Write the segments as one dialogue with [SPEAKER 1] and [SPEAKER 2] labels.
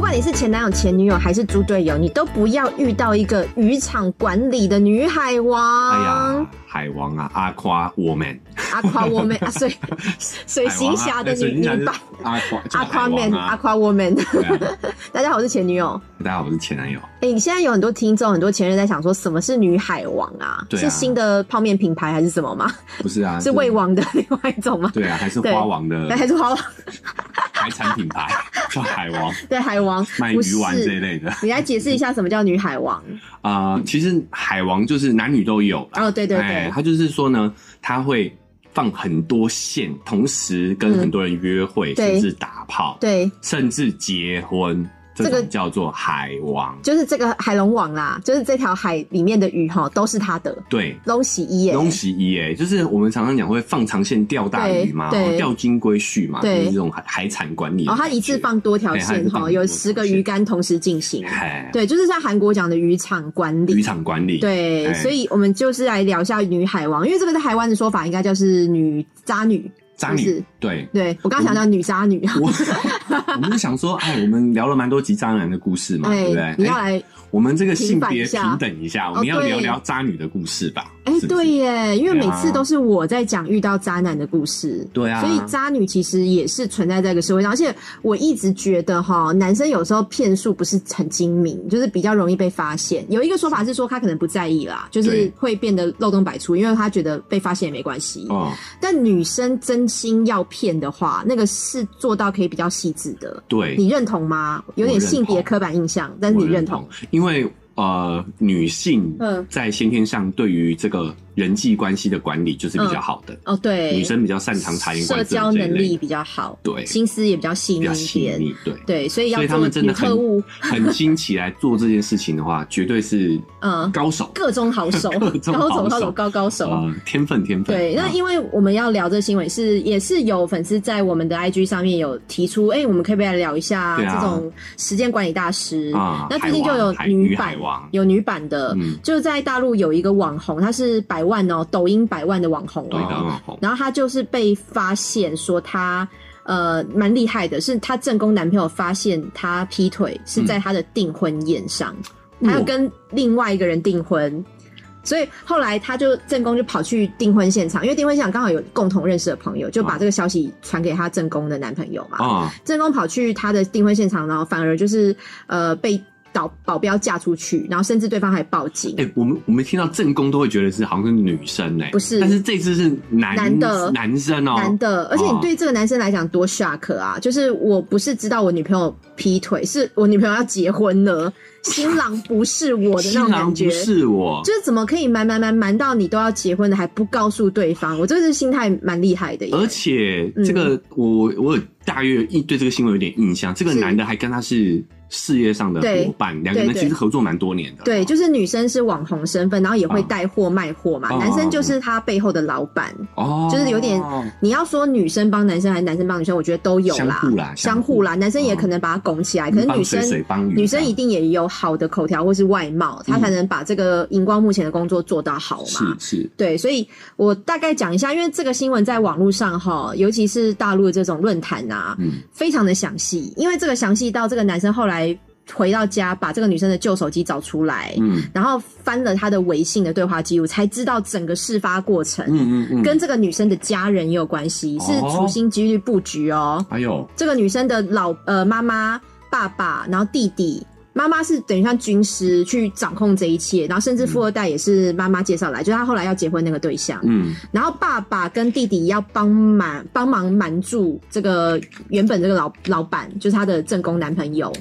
[SPEAKER 1] 管你是前男友、前女友还是猪队友，你都不要遇到一个渔场管理的女海王。
[SPEAKER 2] 哎呀，海王啊，阿夸 woman，啊
[SPEAKER 1] 阿夸我们啊， 水水行侠的女女版
[SPEAKER 2] 阿夸就
[SPEAKER 1] 阿
[SPEAKER 2] 海
[SPEAKER 1] 夸 man
[SPEAKER 2] 王
[SPEAKER 1] 阿
[SPEAKER 2] 啊。
[SPEAKER 1] 夸 woman。
[SPEAKER 2] 对啊
[SPEAKER 1] 大家好，我是前女友。
[SPEAKER 2] 大家好，我是前男友。
[SPEAKER 1] 哎、你现在有很多听众、很多前任在想说，什么是女海王啊？
[SPEAKER 2] 对啊
[SPEAKER 1] 是新的泡面品牌还是什么吗？
[SPEAKER 2] 不是 啊，
[SPEAKER 1] 是魏。王的另外一种吗？
[SPEAKER 2] 对啊，还是
[SPEAKER 1] 对
[SPEAKER 2] 花王的
[SPEAKER 1] 对， 还是花王？
[SPEAKER 2] 海产品牌叫海王，
[SPEAKER 1] 对，海王
[SPEAKER 2] 卖
[SPEAKER 1] 不
[SPEAKER 2] 鱼丸这一
[SPEAKER 1] 是。
[SPEAKER 2] 类的
[SPEAKER 1] 你来解释一下什么叫女海王？
[SPEAKER 2] 啊、其实海王就是男女都有啦
[SPEAKER 1] 哦，对对
[SPEAKER 2] 哎，
[SPEAKER 1] 对，
[SPEAKER 2] 他就是说呢，他会放很多线，同时跟很多人约会，
[SPEAKER 1] 对
[SPEAKER 2] 甚至打炮，
[SPEAKER 1] 对，
[SPEAKER 2] 甚至结婚，这
[SPEAKER 1] 这个
[SPEAKER 2] 种叫做海王。
[SPEAKER 1] 就是这个海龙王啦，就是这条海里面的鱼哈，都是他的
[SPEAKER 2] 对，
[SPEAKER 1] 龙喜一耶。
[SPEAKER 2] 东西一诶，就是我们常常讲会放长线钓大鱼嘛，
[SPEAKER 1] 对对
[SPEAKER 2] 哦钓金龟婿嘛，就
[SPEAKER 1] 对
[SPEAKER 2] 是这种海海产管理。
[SPEAKER 1] 哦，他一次。放多条
[SPEAKER 2] 哎他一
[SPEAKER 1] 线
[SPEAKER 2] 次
[SPEAKER 1] 哈，
[SPEAKER 2] 放
[SPEAKER 1] 有
[SPEAKER 2] 多
[SPEAKER 1] 十个
[SPEAKER 2] 条线
[SPEAKER 1] 鱼竿同时进行。
[SPEAKER 2] 哎，
[SPEAKER 1] 对，就是在韩国讲的渔场管
[SPEAKER 2] 渔
[SPEAKER 1] 理。
[SPEAKER 2] 场管理。
[SPEAKER 1] 对，
[SPEAKER 2] 哎
[SPEAKER 1] 所以我们就是来聊一下女海王，因为这个在台湾的说法应该就是女渣女。是
[SPEAKER 2] 渣
[SPEAKER 1] 不是
[SPEAKER 2] 女。对，
[SPEAKER 1] 对我刚刚想到女渣女，
[SPEAKER 2] 我 我们就想说，哎，我们聊了蛮多集渣男的故事嘛，对不对？
[SPEAKER 1] 你要
[SPEAKER 2] 哎
[SPEAKER 1] 来，
[SPEAKER 2] 我们这个性
[SPEAKER 1] 平反一
[SPEAKER 2] 别
[SPEAKER 1] 下
[SPEAKER 2] 平等一下，我
[SPEAKER 1] 哦
[SPEAKER 2] 们要
[SPEAKER 1] 对
[SPEAKER 2] 聊聊渣女的故事吧？
[SPEAKER 1] 哎、
[SPEAKER 2] 是不是
[SPEAKER 1] 对耶，因为每次
[SPEAKER 2] 对啊
[SPEAKER 1] 都是我在讲遇到渣男的故事。
[SPEAKER 2] 对啊，
[SPEAKER 1] 所以渣女其实也是存在在这个社会上，而且我一直觉得哈，男生有时候骗术不是很精明，就是比较容易被发现。有一个说法是说他可能不在意啦，就是
[SPEAKER 2] 对
[SPEAKER 1] 会变得漏洞百出，因为他觉得被发现也没关系。
[SPEAKER 2] 哦，
[SPEAKER 1] 但女生真心要骗的话，那个是做到可以比较细致的，
[SPEAKER 2] 对，
[SPEAKER 1] 你认同吗？有点
[SPEAKER 2] 我认
[SPEAKER 1] 性别
[SPEAKER 2] 同
[SPEAKER 1] 刻板印象，但是
[SPEAKER 2] 我
[SPEAKER 1] 你认
[SPEAKER 2] 同
[SPEAKER 1] 同？，
[SPEAKER 2] 因为呃，女性
[SPEAKER 1] 嗯
[SPEAKER 2] 在先天上对于这个人际关系的管理就是比较好的，
[SPEAKER 1] 哦，对，
[SPEAKER 2] 女生比较擅长察言
[SPEAKER 1] 社
[SPEAKER 2] 观色
[SPEAKER 1] 交
[SPEAKER 2] 这一
[SPEAKER 1] 能力
[SPEAKER 2] 类，
[SPEAKER 1] 比较好，
[SPEAKER 2] 对
[SPEAKER 1] 心思也比较细
[SPEAKER 2] 比
[SPEAKER 1] 腻
[SPEAKER 2] 较
[SPEAKER 1] 一
[SPEAKER 2] 细
[SPEAKER 1] 点，
[SPEAKER 2] 腻，对。
[SPEAKER 1] 对，所以要
[SPEAKER 2] 所以他
[SPEAKER 1] 做
[SPEAKER 2] 们真
[SPEAKER 1] 女
[SPEAKER 2] 的很
[SPEAKER 1] 特务，
[SPEAKER 2] 狠心起来做这件事情的话，绝对是
[SPEAKER 1] 嗯
[SPEAKER 2] 高手，
[SPEAKER 1] 各中好手，
[SPEAKER 2] 各种
[SPEAKER 1] 高手
[SPEAKER 2] 好
[SPEAKER 1] 高手
[SPEAKER 2] 手
[SPEAKER 1] 高高手。
[SPEAKER 2] 呃，天分天分。
[SPEAKER 1] 对，那
[SPEAKER 2] 啊
[SPEAKER 1] 因为我们要聊这新闻是也是有粉丝在我们的 IG 上面有提出，哎、我们可不可以来聊一下
[SPEAKER 2] 对啊
[SPEAKER 1] 这种时间管理大师？
[SPEAKER 2] 啊
[SPEAKER 1] 那最近就有
[SPEAKER 2] 海王海
[SPEAKER 1] 女
[SPEAKER 2] 女
[SPEAKER 1] 版
[SPEAKER 2] 海王
[SPEAKER 1] 有女版的，
[SPEAKER 2] 嗯
[SPEAKER 1] 就在大陆有一个网红，她是百万哦，抖音百万的网红
[SPEAKER 2] 抖音百万
[SPEAKER 1] 哦
[SPEAKER 2] 网，红
[SPEAKER 1] 然后她就是被发现说她。呃，蛮厉害的，是她正宫男朋友发现她劈腿是在她的订婚宴上，哦
[SPEAKER 2] 嗯
[SPEAKER 1] 她要跟另外一个人订婚，所以后来她就正宫就跑去订婚现场，因为订婚现场刚好有共同认识的朋友，就把
[SPEAKER 2] 哦
[SPEAKER 1] 这个消息传给她正宫的男朋友嘛。
[SPEAKER 2] 啊，
[SPEAKER 1] 正宫跑去他的订婚现场，然后反而就是呃被导保镖架出去，然后甚至对方还报警。
[SPEAKER 2] 哎，我们我们听到正宫都会觉得是好像是女生哎，
[SPEAKER 1] 不是
[SPEAKER 2] 但是这次是男
[SPEAKER 1] 男的
[SPEAKER 2] 男生哦，
[SPEAKER 1] 男的，而且你对这个男生来讲多 shock 啊！就是我不是知道我女朋友劈腿，是我女朋友要结婚 了，新郎不是我的那
[SPEAKER 2] 新
[SPEAKER 1] 种
[SPEAKER 2] 郎
[SPEAKER 1] 感觉
[SPEAKER 2] 不，是哦我，
[SPEAKER 1] 就是怎么可以瞒瞒瞒瞒到你都要结婚了还不告诉对方？我这是心态蛮厉害的耶，
[SPEAKER 2] 而且这个我、我有大约一对这个新闻有点印象，这
[SPEAKER 1] 嗯
[SPEAKER 2] 个
[SPEAKER 1] 是
[SPEAKER 2] 男的还跟他是事业上的
[SPEAKER 1] 对
[SPEAKER 2] 伙伴，两个
[SPEAKER 1] 对
[SPEAKER 2] 人
[SPEAKER 1] 对
[SPEAKER 2] 其实合作蛮多年的。
[SPEAKER 1] 对，就是女生是网红身份，然后也会
[SPEAKER 2] 啊
[SPEAKER 1] 带货卖货嘛，
[SPEAKER 2] 哦
[SPEAKER 1] 男生就是他背后的老板，
[SPEAKER 2] 哦，
[SPEAKER 1] 就是有点你要说女生帮男生还是男生帮女生，我觉得都有啦，
[SPEAKER 2] 相互啦
[SPEAKER 1] 相互啦，男生也可能把它拱起来，可是
[SPEAKER 2] 帮
[SPEAKER 1] 女
[SPEAKER 2] 水
[SPEAKER 1] 生
[SPEAKER 2] 水帮鱼
[SPEAKER 1] 女生
[SPEAKER 2] 这样
[SPEAKER 1] 一定也有好的口条或是外貌，她才能把这个荧光幕前的工作做到好嘛
[SPEAKER 2] 是。是
[SPEAKER 1] 对，所以我大概讲一下，因为这个新闻在网络上哈，尤其是大陆的这种论坛啊，
[SPEAKER 2] 嗯
[SPEAKER 1] 非常的详细。因为这个详细到这个男生后来回到家，把这个女生的旧手机找出来，
[SPEAKER 2] 嗯
[SPEAKER 1] 然后翻了她的微信的对话记录，才知道整个事发过程。
[SPEAKER 2] 嗯嗯嗯，
[SPEAKER 1] 跟这个女生的家人也有关系，
[SPEAKER 2] 哦
[SPEAKER 1] 是处心积虑布局哦。
[SPEAKER 2] 哎呦
[SPEAKER 1] 这个女生的老呃妈妈、爸爸，然后弟弟。妈妈是等于像军师去掌控这一切，然后甚至富二代也是妈妈介绍来，就是她后来要结婚那个对象。
[SPEAKER 2] 嗯
[SPEAKER 1] 然后爸爸跟弟弟要帮忙帮忙瞒住这个原本这个老老板，就是她的正宫男朋友，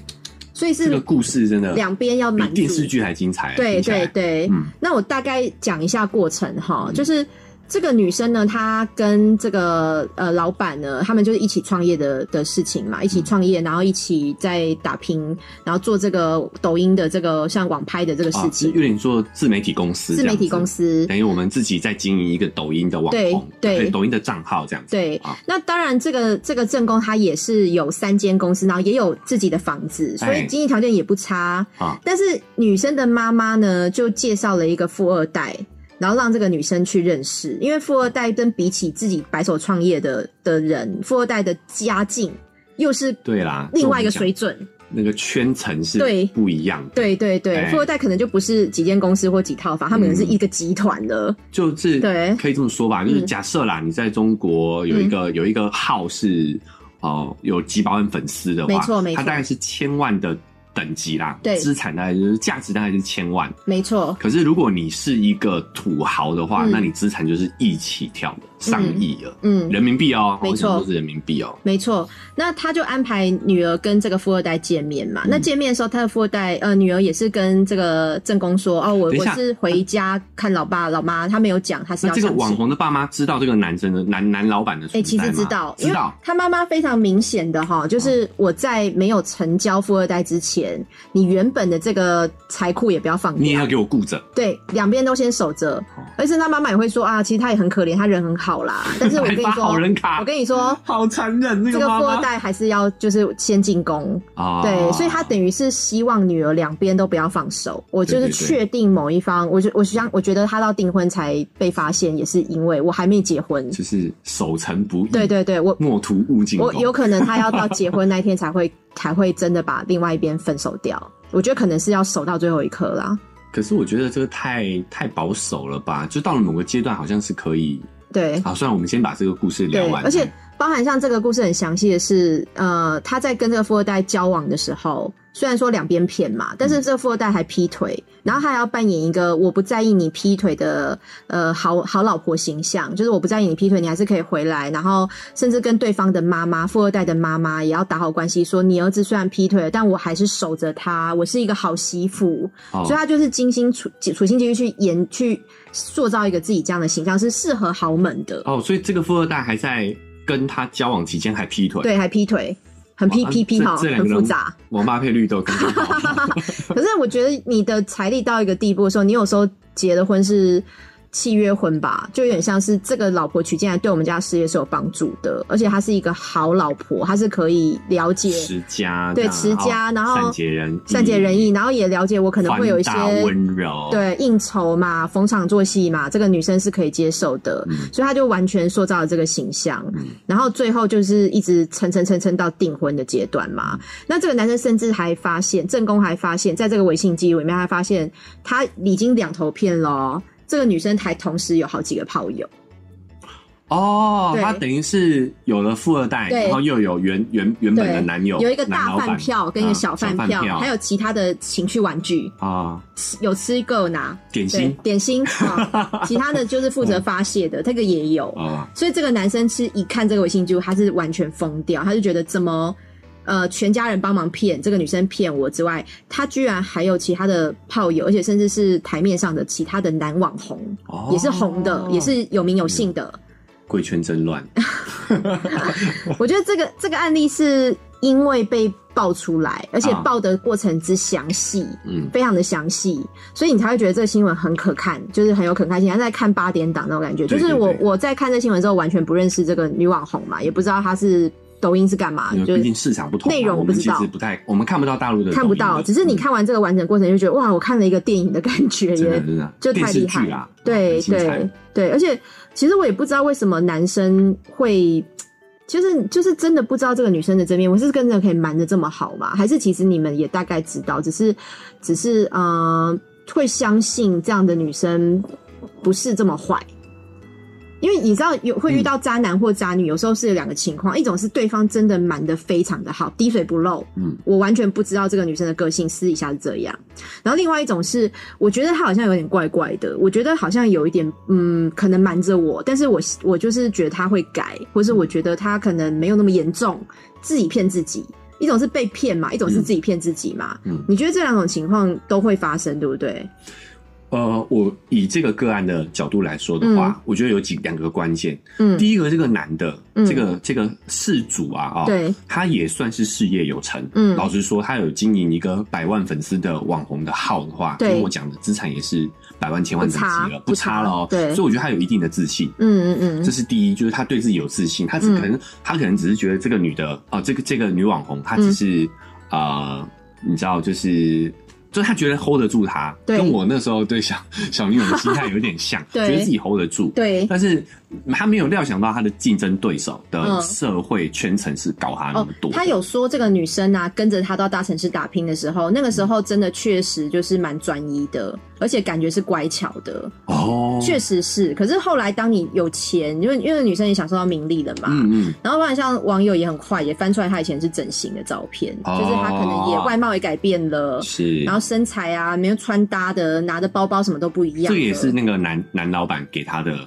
[SPEAKER 1] 所以
[SPEAKER 2] 这个
[SPEAKER 1] 是
[SPEAKER 2] 故事啊真的
[SPEAKER 1] 两边要
[SPEAKER 2] 比
[SPEAKER 1] 瞒住。
[SPEAKER 2] 电视剧还精彩，啊
[SPEAKER 1] 对
[SPEAKER 2] 听起来
[SPEAKER 1] 对对，
[SPEAKER 2] 嗯
[SPEAKER 1] 那我大概讲一下过程哈，
[SPEAKER 2] 嗯
[SPEAKER 1] 就是这个女生呢，她跟这个呃老板呢，他们就是一起创业的的事情
[SPEAKER 2] 嗯
[SPEAKER 1] 嘛，一起创业，然后一起在打拼，然后做这个抖音的这个像网拍的这个事
[SPEAKER 2] 啊，是
[SPEAKER 1] 情，
[SPEAKER 2] 有点做自媒体公司，
[SPEAKER 1] 自媒体公。司。
[SPEAKER 2] 等于我们自己在经营一个抖音的网
[SPEAKER 1] 对
[SPEAKER 2] 红，
[SPEAKER 1] 对
[SPEAKER 2] 抖音的账号这样子，
[SPEAKER 1] 对
[SPEAKER 2] 啊，
[SPEAKER 1] 那当然，这个这个正宫他也是有三间公司，然后也有自己的房子，所以
[SPEAKER 2] 哎
[SPEAKER 1] 经济条件也不差。
[SPEAKER 2] 啊
[SPEAKER 1] 但是女生的妈妈呢，就介绍了一个富二代，然后让这个女生去认识，因为富二代跟比起自己白手创业的的人，富二代的家境又是
[SPEAKER 2] 对啦，
[SPEAKER 1] 另外一个
[SPEAKER 2] 就我们
[SPEAKER 1] 水准。
[SPEAKER 2] 讲那个圈层是
[SPEAKER 1] 对
[SPEAKER 2] 不一样的，
[SPEAKER 1] 对对对，
[SPEAKER 2] 哎嗯
[SPEAKER 1] 富二代可能就不是几间公司或几套房，他们可能是一个集团的。
[SPEAKER 2] 就是
[SPEAKER 1] 对嗯
[SPEAKER 2] 可以这么说吧，就是假设啦，你在中国有一个、有一个号是哦、有几百万粉丝的话，
[SPEAKER 1] 没错没错
[SPEAKER 2] 它大概是千万的等级啦，
[SPEAKER 1] 对
[SPEAKER 2] 资产大概就是价值大概是千万。
[SPEAKER 1] 没错，
[SPEAKER 2] 可是如果你是一个土豪的话，
[SPEAKER 1] 嗯
[SPEAKER 2] 那你资产就是亿起跳的，上亿了，
[SPEAKER 1] 嗯，
[SPEAKER 2] 人民币哦、
[SPEAKER 1] 没
[SPEAKER 2] 我
[SPEAKER 1] 错
[SPEAKER 2] 想都是人民币哦、
[SPEAKER 1] 没错，那他就安排女儿跟这个富二代见面
[SPEAKER 2] 嗯
[SPEAKER 1] 嘛。那见面的时候，他的富二代呃女儿也是跟这个正宫说，哦，我
[SPEAKER 2] 等一
[SPEAKER 1] 我
[SPEAKER 2] 下
[SPEAKER 1] 是回家看老爸老妈，他没有讲他是
[SPEAKER 2] 那
[SPEAKER 1] 要
[SPEAKER 2] 这个
[SPEAKER 1] 相
[SPEAKER 2] 网
[SPEAKER 1] 亲。
[SPEAKER 2] 红的爸妈知道这个男生的男男老板的
[SPEAKER 1] 哎、
[SPEAKER 2] 存在
[SPEAKER 1] 其
[SPEAKER 2] 吗？
[SPEAKER 1] 实知道，因
[SPEAKER 2] 知
[SPEAKER 1] 为
[SPEAKER 2] 道，哦
[SPEAKER 1] 他妈妈非常明显的哈，就是我在没有成交富二代之前，你原本的这个财库也不要放
[SPEAKER 2] 你也
[SPEAKER 1] 掉
[SPEAKER 2] 要，给哦我顾着。
[SPEAKER 1] 对，两边都先守着。而且他妈妈也会说啊，其实他也很可怜，他人很好啦。但是我跟
[SPEAKER 2] 还
[SPEAKER 1] 你
[SPEAKER 2] 发
[SPEAKER 1] 说，
[SPEAKER 2] 好人卡
[SPEAKER 1] 我跟你说，
[SPEAKER 2] 好残忍， 这
[SPEAKER 1] 这
[SPEAKER 2] 个
[SPEAKER 1] 个
[SPEAKER 2] 妈
[SPEAKER 1] 富二
[SPEAKER 2] 妈
[SPEAKER 1] 代还是要就是先进攻，
[SPEAKER 2] 啊
[SPEAKER 1] 对，所以他等于是希望女儿两边都不要放手。我就是
[SPEAKER 2] 对对对
[SPEAKER 1] 确定某一方，我就我想，我觉得他到订婚才被发现，也是因为我还没结婚。
[SPEAKER 2] 就是守成不易，
[SPEAKER 1] 对对对，我
[SPEAKER 2] 莫图勿进
[SPEAKER 1] 我
[SPEAKER 2] 攻。
[SPEAKER 1] 有可能他要到结婚那一天才会 才会真的把另外一边分手掉。我觉得可能是要守到最后一刻啦。
[SPEAKER 2] 可是我觉得这个太太保守了吧？就到了某个阶段，好像是可以。
[SPEAKER 1] 对，
[SPEAKER 2] 好，算了，我们先把这个故事聊
[SPEAKER 1] 对，
[SPEAKER 2] 完。哎
[SPEAKER 1] 而且包含像这个故事很详细的是，呃，他在跟这个富二代交往的时候，虽然说两边骗嘛，但是这个富二代还劈腿，然后他还要扮演一个我不在意你劈腿的呃好好老婆形象，就是我不在意你劈腿，你还是可以回来，然后甚至跟对方的妈妈，富二代的妈妈也要打好关系，说你儿子虽然劈腿了，但我还是守着他，我是一个好媳妇。
[SPEAKER 2] 哦
[SPEAKER 1] 所以他就是精心处处心积虑去演去塑造一个自己这样的形象，是适合豪门的。
[SPEAKER 2] 哦，所以这个富二代还在跟他交往期间还劈腿，
[SPEAKER 1] 对，还劈腿，很劈
[SPEAKER 2] 哇
[SPEAKER 1] 劈劈
[SPEAKER 2] 这
[SPEAKER 1] 哈，
[SPEAKER 2] 这两
[SPEAKER 1] 很
[SPEAKER 2] 个人
[SPEAKER 1] 复 杂。
[SPEAKER 2] 王八配绿豆刚刚 好。
[SPEAKER 1] 可是我觉得你的财力到一个地步的时候，你有时候结的婚是契约婚吧，就有点像是这个老婆娶进来对我们家事业是有帮助的，而且她是一个好老婆，她是可以了解
[SPEAKER 2] 持家
[SPEAKER 1] 对
[SPEAKER 2] 然后
[SPEAKER 1] 持家然后
[SPEAKER 2] 善解人意
[SPEAKER 1] 善解人意，，然后也了解我可能会有一些
[SPEAKER 2] 宽大温柔，，
[SPEAKER 1] 对应酬嘛，逢场作戏嘛，这个女生是可以接受的，
[SPEAKER 2] 嗯
[SPEAKER 1] 所以她就完全塑造了这个形象，
[SPEAKER 2] 嗯
[SPEAKER 1] 然后最后就是一直撑撑撑撑到订婚的阶段
[SPEAKER 2] 嗯
[SPEAKER 1] 嘛。那这个男生甚至还发现，正宫还发现，在这个微信记录里面，他发现他已经两头骗了哦，这个女生还同时有好几个炮友，
[SPEAKER 2] 哦，
[SPEAKER 1] 对
[SPEAKER 2] 他等于是有了富二代，
[SPEAKER 1] 对
[SPEAKER 2] 然后又有原原原本的
[SPEAKER 1] 对
[SPEAKER 2] 男友，
[SPEAKER 1] 有一个
[SPEAKER 2] 男
[SPEAKER 1] 大
[SPEAKER 2] 老板
[SPEAKER 1] 饭票跟一个
[SPEAKER 2] 啊
[SPEAKER 1] 小
[SPEAKER 2] 小
[SPEAKER 1] 饭票，
[SPEAKER 2] 票，
[SPEAKER 1] 还有其他的情趣玩具，
[SPEAKER 2] 啊
[SPEAKER 1] 吃有吃够拿
[SPEAKER 2] 点
[SPEAKER 1] 对
[SPEAKER 2] 心
[SPEAKER 1] 点心 啊，其他的就是负责发泄的，这个也有。
[SPEAKER 2] 啊，
[SPEAKER 1] 所以这个男生是一看这个微信记录，他是完全疯掉，他就觉得怎么，呃，全家人帮忙骗这个女生骗我之外，他居然还有其他的炮友，而且甚至是台面上的其他的男网红，
[SPEAKER 2] 哦
[SPEAKER 1] 也是红的，也是有名有姓的。
[SPEAKER 2] 贵圈真 乱，嗯
[SPEAKER 1] 我觉得这个这个案例是因为被爆出来，而且
[SPEAKER 2] 啊
[SPEAKER 1] 爆的过程之详细。
[SPEAKER 2] 嗯，
[SPEAKER 1] 非常的详细，所以你才会觉得这个新闻很可看，就是很有可看性。像在看八点档那种感觉，
[SPEAKER 2] 对
[SPEAKER 1] 就是
[SPEAKER 2] 对
[SPEAKER 1] 我
[SPEAKER 2] 对
[SPEAKER 1] 我在看这新闻之后，完全不认识这个女网红嘛，也不知道她是抖音是干嘛，
[SPEAKER 2] 因
[SPEAKER 1] 啊就
[SPEAKER 2] 为毕
[SPEAKER 1] 是
[SPEAKER 2] 竟市场不同嘛，
[SPEAKER 1] 内容
[SPEAKER 2] 我
[SPEAKER 1] 不
[SPEAKER 2] 们
[SPEAKER 1] 知
[SPEAKER 2] 其
[SPEAKER 1] 道
[SPEAKER 2] 实不太，我们看不到大陆的抖音的，
[SPEAKER 1] 看不到。只是你
[SPEAKER 2] 嗯
[SPEAKER 1] 看完这个完整过程，就觉得哇，我看了一个电影的感觉
[SPEAKER 2] 真的
[SPEAKER 1] 耶，
[SPEAKER 2] 真的
[SPEAKER 1] 就
[SPEAKER 2] 电
[SPEAKER 1] 太
[SPEAKER 2] 视
[SPEAKER 1] 厉害
[SPEAKER 2] 剧啊，
[SPEAKER 1] 对
[SPEAKER 2] 很精彩
[SPEAKER 1] 对对，而且其实我也不知道为什么男生会。就是就是真的不知道这个女生的真面目，是跟着可以瞒的这么好吗？还是其实你们也大概知道，只是只是呃会相信这样的女生不是这么坏，因为你知道有会遇到渣男或渣女，有时候是有两个情况，一种是对方真的瞒的非常的好，滴水不漏，
[SPEAKER 2] 嗯，
[SPEAKER 1] 我完全不知道这个女生的个性私底下是这样，然后另外一种是，我觉得她好像有点怪怪的，我觉得好像有一点嗯，可能瞒着我，但是我我就是觉得她会改，或是我
[SPEAKER 2] 嗯
[SPEAKER 1] 觉得她可能没有那么严重，自己骗自己。一种是被骗嘛，一种是自己骗自己嘛。
[SPEAKER 2] 嗯
[SPEAKER 1] 你觉得这两种情况都会发生，对不对？
[SPEAKER 2] 呃，我以这个个案的角度来说的话，我觉得有几两个关键。
[SPEAKER 1] 嗯，
[SPEAKER 2] 第一个，这个男的，
[SPEAKER 1] 嗯
[SPEAKER 2] 这个这个事主啊，啊、
[SPEAKER 1] 对，
[SPEAKER 2] 他也算是事业有成。
[SPEAKER 1] 嗯
[SPEAKER 2] 老实说，他有经营一个百万粉丝的网红的号的话，
[SPEAKER 1] 对
[SPEAKER 2] 跟我讲的资产也是百万千万等级了，
[SPEAKER 1] 不差不
[SPEAKER 2] 不
[SPEAKER 1] 差
[SPEAKER 2] 差了哦。
[SPEAKER 1] 对
[SPEAKER 2] 所以我觉得他有一定的自信。
[SPEAKER 1] 嗯嗯嗯，
[SPEAKER 2] 这是第一，就是他对自己有自信，他只
[SPEAKER 1] 嗯
[SPEAKER 2] 可能、他可能只是觉得这个女的哦、这个这个女网红，她只是、
[SPEAKER 1] 嗯
[SPEAKER 2] 呃，你知道，就是就是他觉得 hold 得住她，
[SPEAKER 1] 对
[SPEAKER 2] 跟我那时候对小小女友的心态有点像，
[SPEAKER 1] 对
[SPEAKER 2] 觉得自己 hold 得住，
[SPEAKER 1] 对，
[SPEAKER 2] 但是他没有料想到他的竞争对手的
[SPEAKER 1] 嗯
[SPEAKER 2] 社会圈层是高他那
[SPEAKER 1] 哦
[SPEAKER 2] 么多，的。
[SPEAKER 1] 他有说这个女生啊，跟着他到大城市打拼的时候，那个
[SPEAKER 2] 嗯
[SPEAKER 1] 时候真的确实就是蛮专一的，而且感觉是乖巧的，
[SPEAKER 2] 哦，
[SPEAKER 1] 确实是。可是后来当你有钱，因为因为女生也享受到名利了嘛，
[SPEAKER 2] 嗯嗯，
[SPEAKER 1] 然后不然像网友也很快也翻出来她以前是整形的照片，
[SPEAKER 2] 哦
[SPEAKER 1] 就是她可能也外貌也改变了，
[SPEAKER 2] 是，
[SPEAKER 1] 然后身材啊，没有穿搭的，拿的包包什么都不一样了。
[SPEAKER 2] 这个也是那个男男老板给他的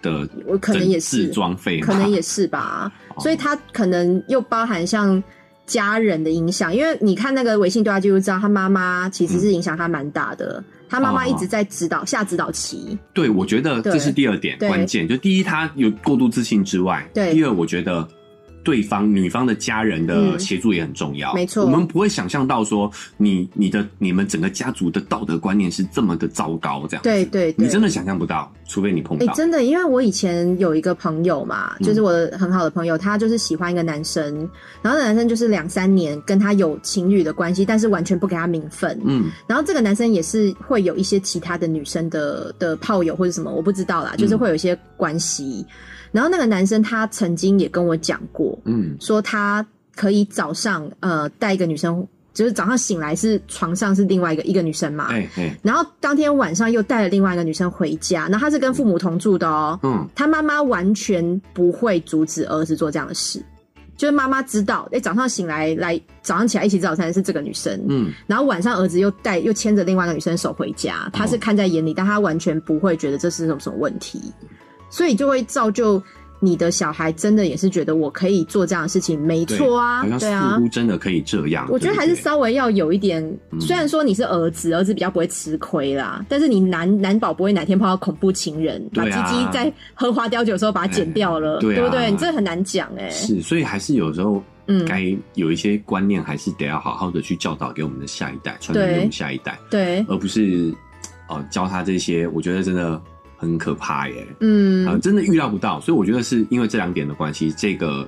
[SPEAKER 2] 的
[SPEAKER 1] 我可能也
[SPEAKER 2] 整
[SPEAKER 1] 是
[SPEAKER 2] 治，装费嘛，
[SPEAKER 1] 可能也是吧。
[SPEAKER 2] 哦
[SPEAKER 1] 所以她可能又包含像家人的影响，因为你看那个微信对话记录，知道她妈妈其
[SPEAKER 2] 嗯
[SPEAKER 1] 实是影响她蛮大的。她妈妈一直
[SPEAKER 2] 哦
[SPEAKER 1] 在指导下指导棋，
[SPEAKER 2] 对，我觉得这是第二点
[SPEAKER 1] 对
[SPEAKER 2] 关键，就第一他有过度自信之外，
[SPEAKER 1] 对
[SPEAKER 2] 第二我觉得。对方女方的家人的
[SPEAKER 1] 嗯
[SPEAKER 2] 协助也很重要，
[SPEAKER 1] 没错
[SPEAKER 2] 我们不会想象到说你你的你们整个家族的道德观念是这么的糟糕，这样
[SPEAKER 1] 对对对，
[SPEAKER 2] 你真的想象不到，除非你碰
[SPEAKER 1] 哎、
[SPEAKER 2] 到。嗯
[SPEAKER 1] 真的，因为我以前有一个朋友嘛，就是我的很好的朋友，他就是喜欢一个男生，然后那男生就是两三年跟他有情侣的关系，但是完全不给他名分。
[SPEAKER 2] 嗯，
[SPEAKER 1] 然后这个男生也是会有一些其他的女生的的炮友或者什么，我不知道啦，
[SPEAKER 2] 嗯
[SPEAKER 1] 就是会有一些关系。然后那个男生他曾经也跟我讲过，
[SPEAKER 2] 嗯
[SPEAKER 1] 说他可以早上呃带一个女生，就是早上醒来是床上是另外一个一个女生嘛，
[SPEAKER 2] 哎哎，
[SPEAKER 1] 然后当天晚上又带了另外一个女生回家，然后她是跟父母同住的哦。
[SPEAKER 2] 嗯，
[SPEAKER 1] 她妈妈完全不会阻止儿子做这样的事，就是妈妈知道，哎，早上醒来来早上起来一起吃早餐是这个女生，
[SPEAKER 2] 嗯，
[SPEAKER 1] 然后晚上儿子又带又牵着另外一个女生手回
[SPEAKER 2] 哦
[SPEAKER 1] 家，她是看在眼里，但她完全不会觉得这是什么什么问题，所以就会造就。你的小孩真的也是觉得我可以做这样的事情，没
[SPEAKER 2] 对
[SPEAKER 1] 错啊
[SPEAKER 2] 好，像
[SPEAKER 1] 对啊，
[SPEAKER 2] 似乎真的可以这样。
[SPEAKER 1] 我觉得
[SPEAKER 2] 对
[SPEAKER 1] 还
[SPEAKER 2] 不
[SPEAKER 1] 是
[SPEAKER 2] 对
[SPEAKER 1] 稍微要有一点，
[SPEAKER 2] 嗯
[SPEAKER 1] 虽然说你是儿子，儿子比较不会吃亏啦，但是你难难保不会哪天碰到恐怖情人，把
[SPEAKER 2] 对
[SPEAKER 1] 鸡
[SPEAKER 2] 啊
[SPEAKER 1] 鸡在喝花雕酒的时候把它剪掉了，
[SPEAKER 2] 哎对啊
[SPEAKER 1] 不对？你这很难讲哎、
[SPEAKER 2] 是，所以还是有时候
[SPEAKER 1] 嗯，
[SPEAKER 2] 该有一些观念，还是得要好好的去教导给我们的下一代，传承给我们下一代，
[SPEAKER 1] 对，
[SPEAKER 2] 而不是呃教他这些，我觉得真的很可怕耶，啊、
[SPEAKER 1] 嗯，
[SPEAKER 2] 真的预料不到，所以我觉得是因为这两点的关系，这个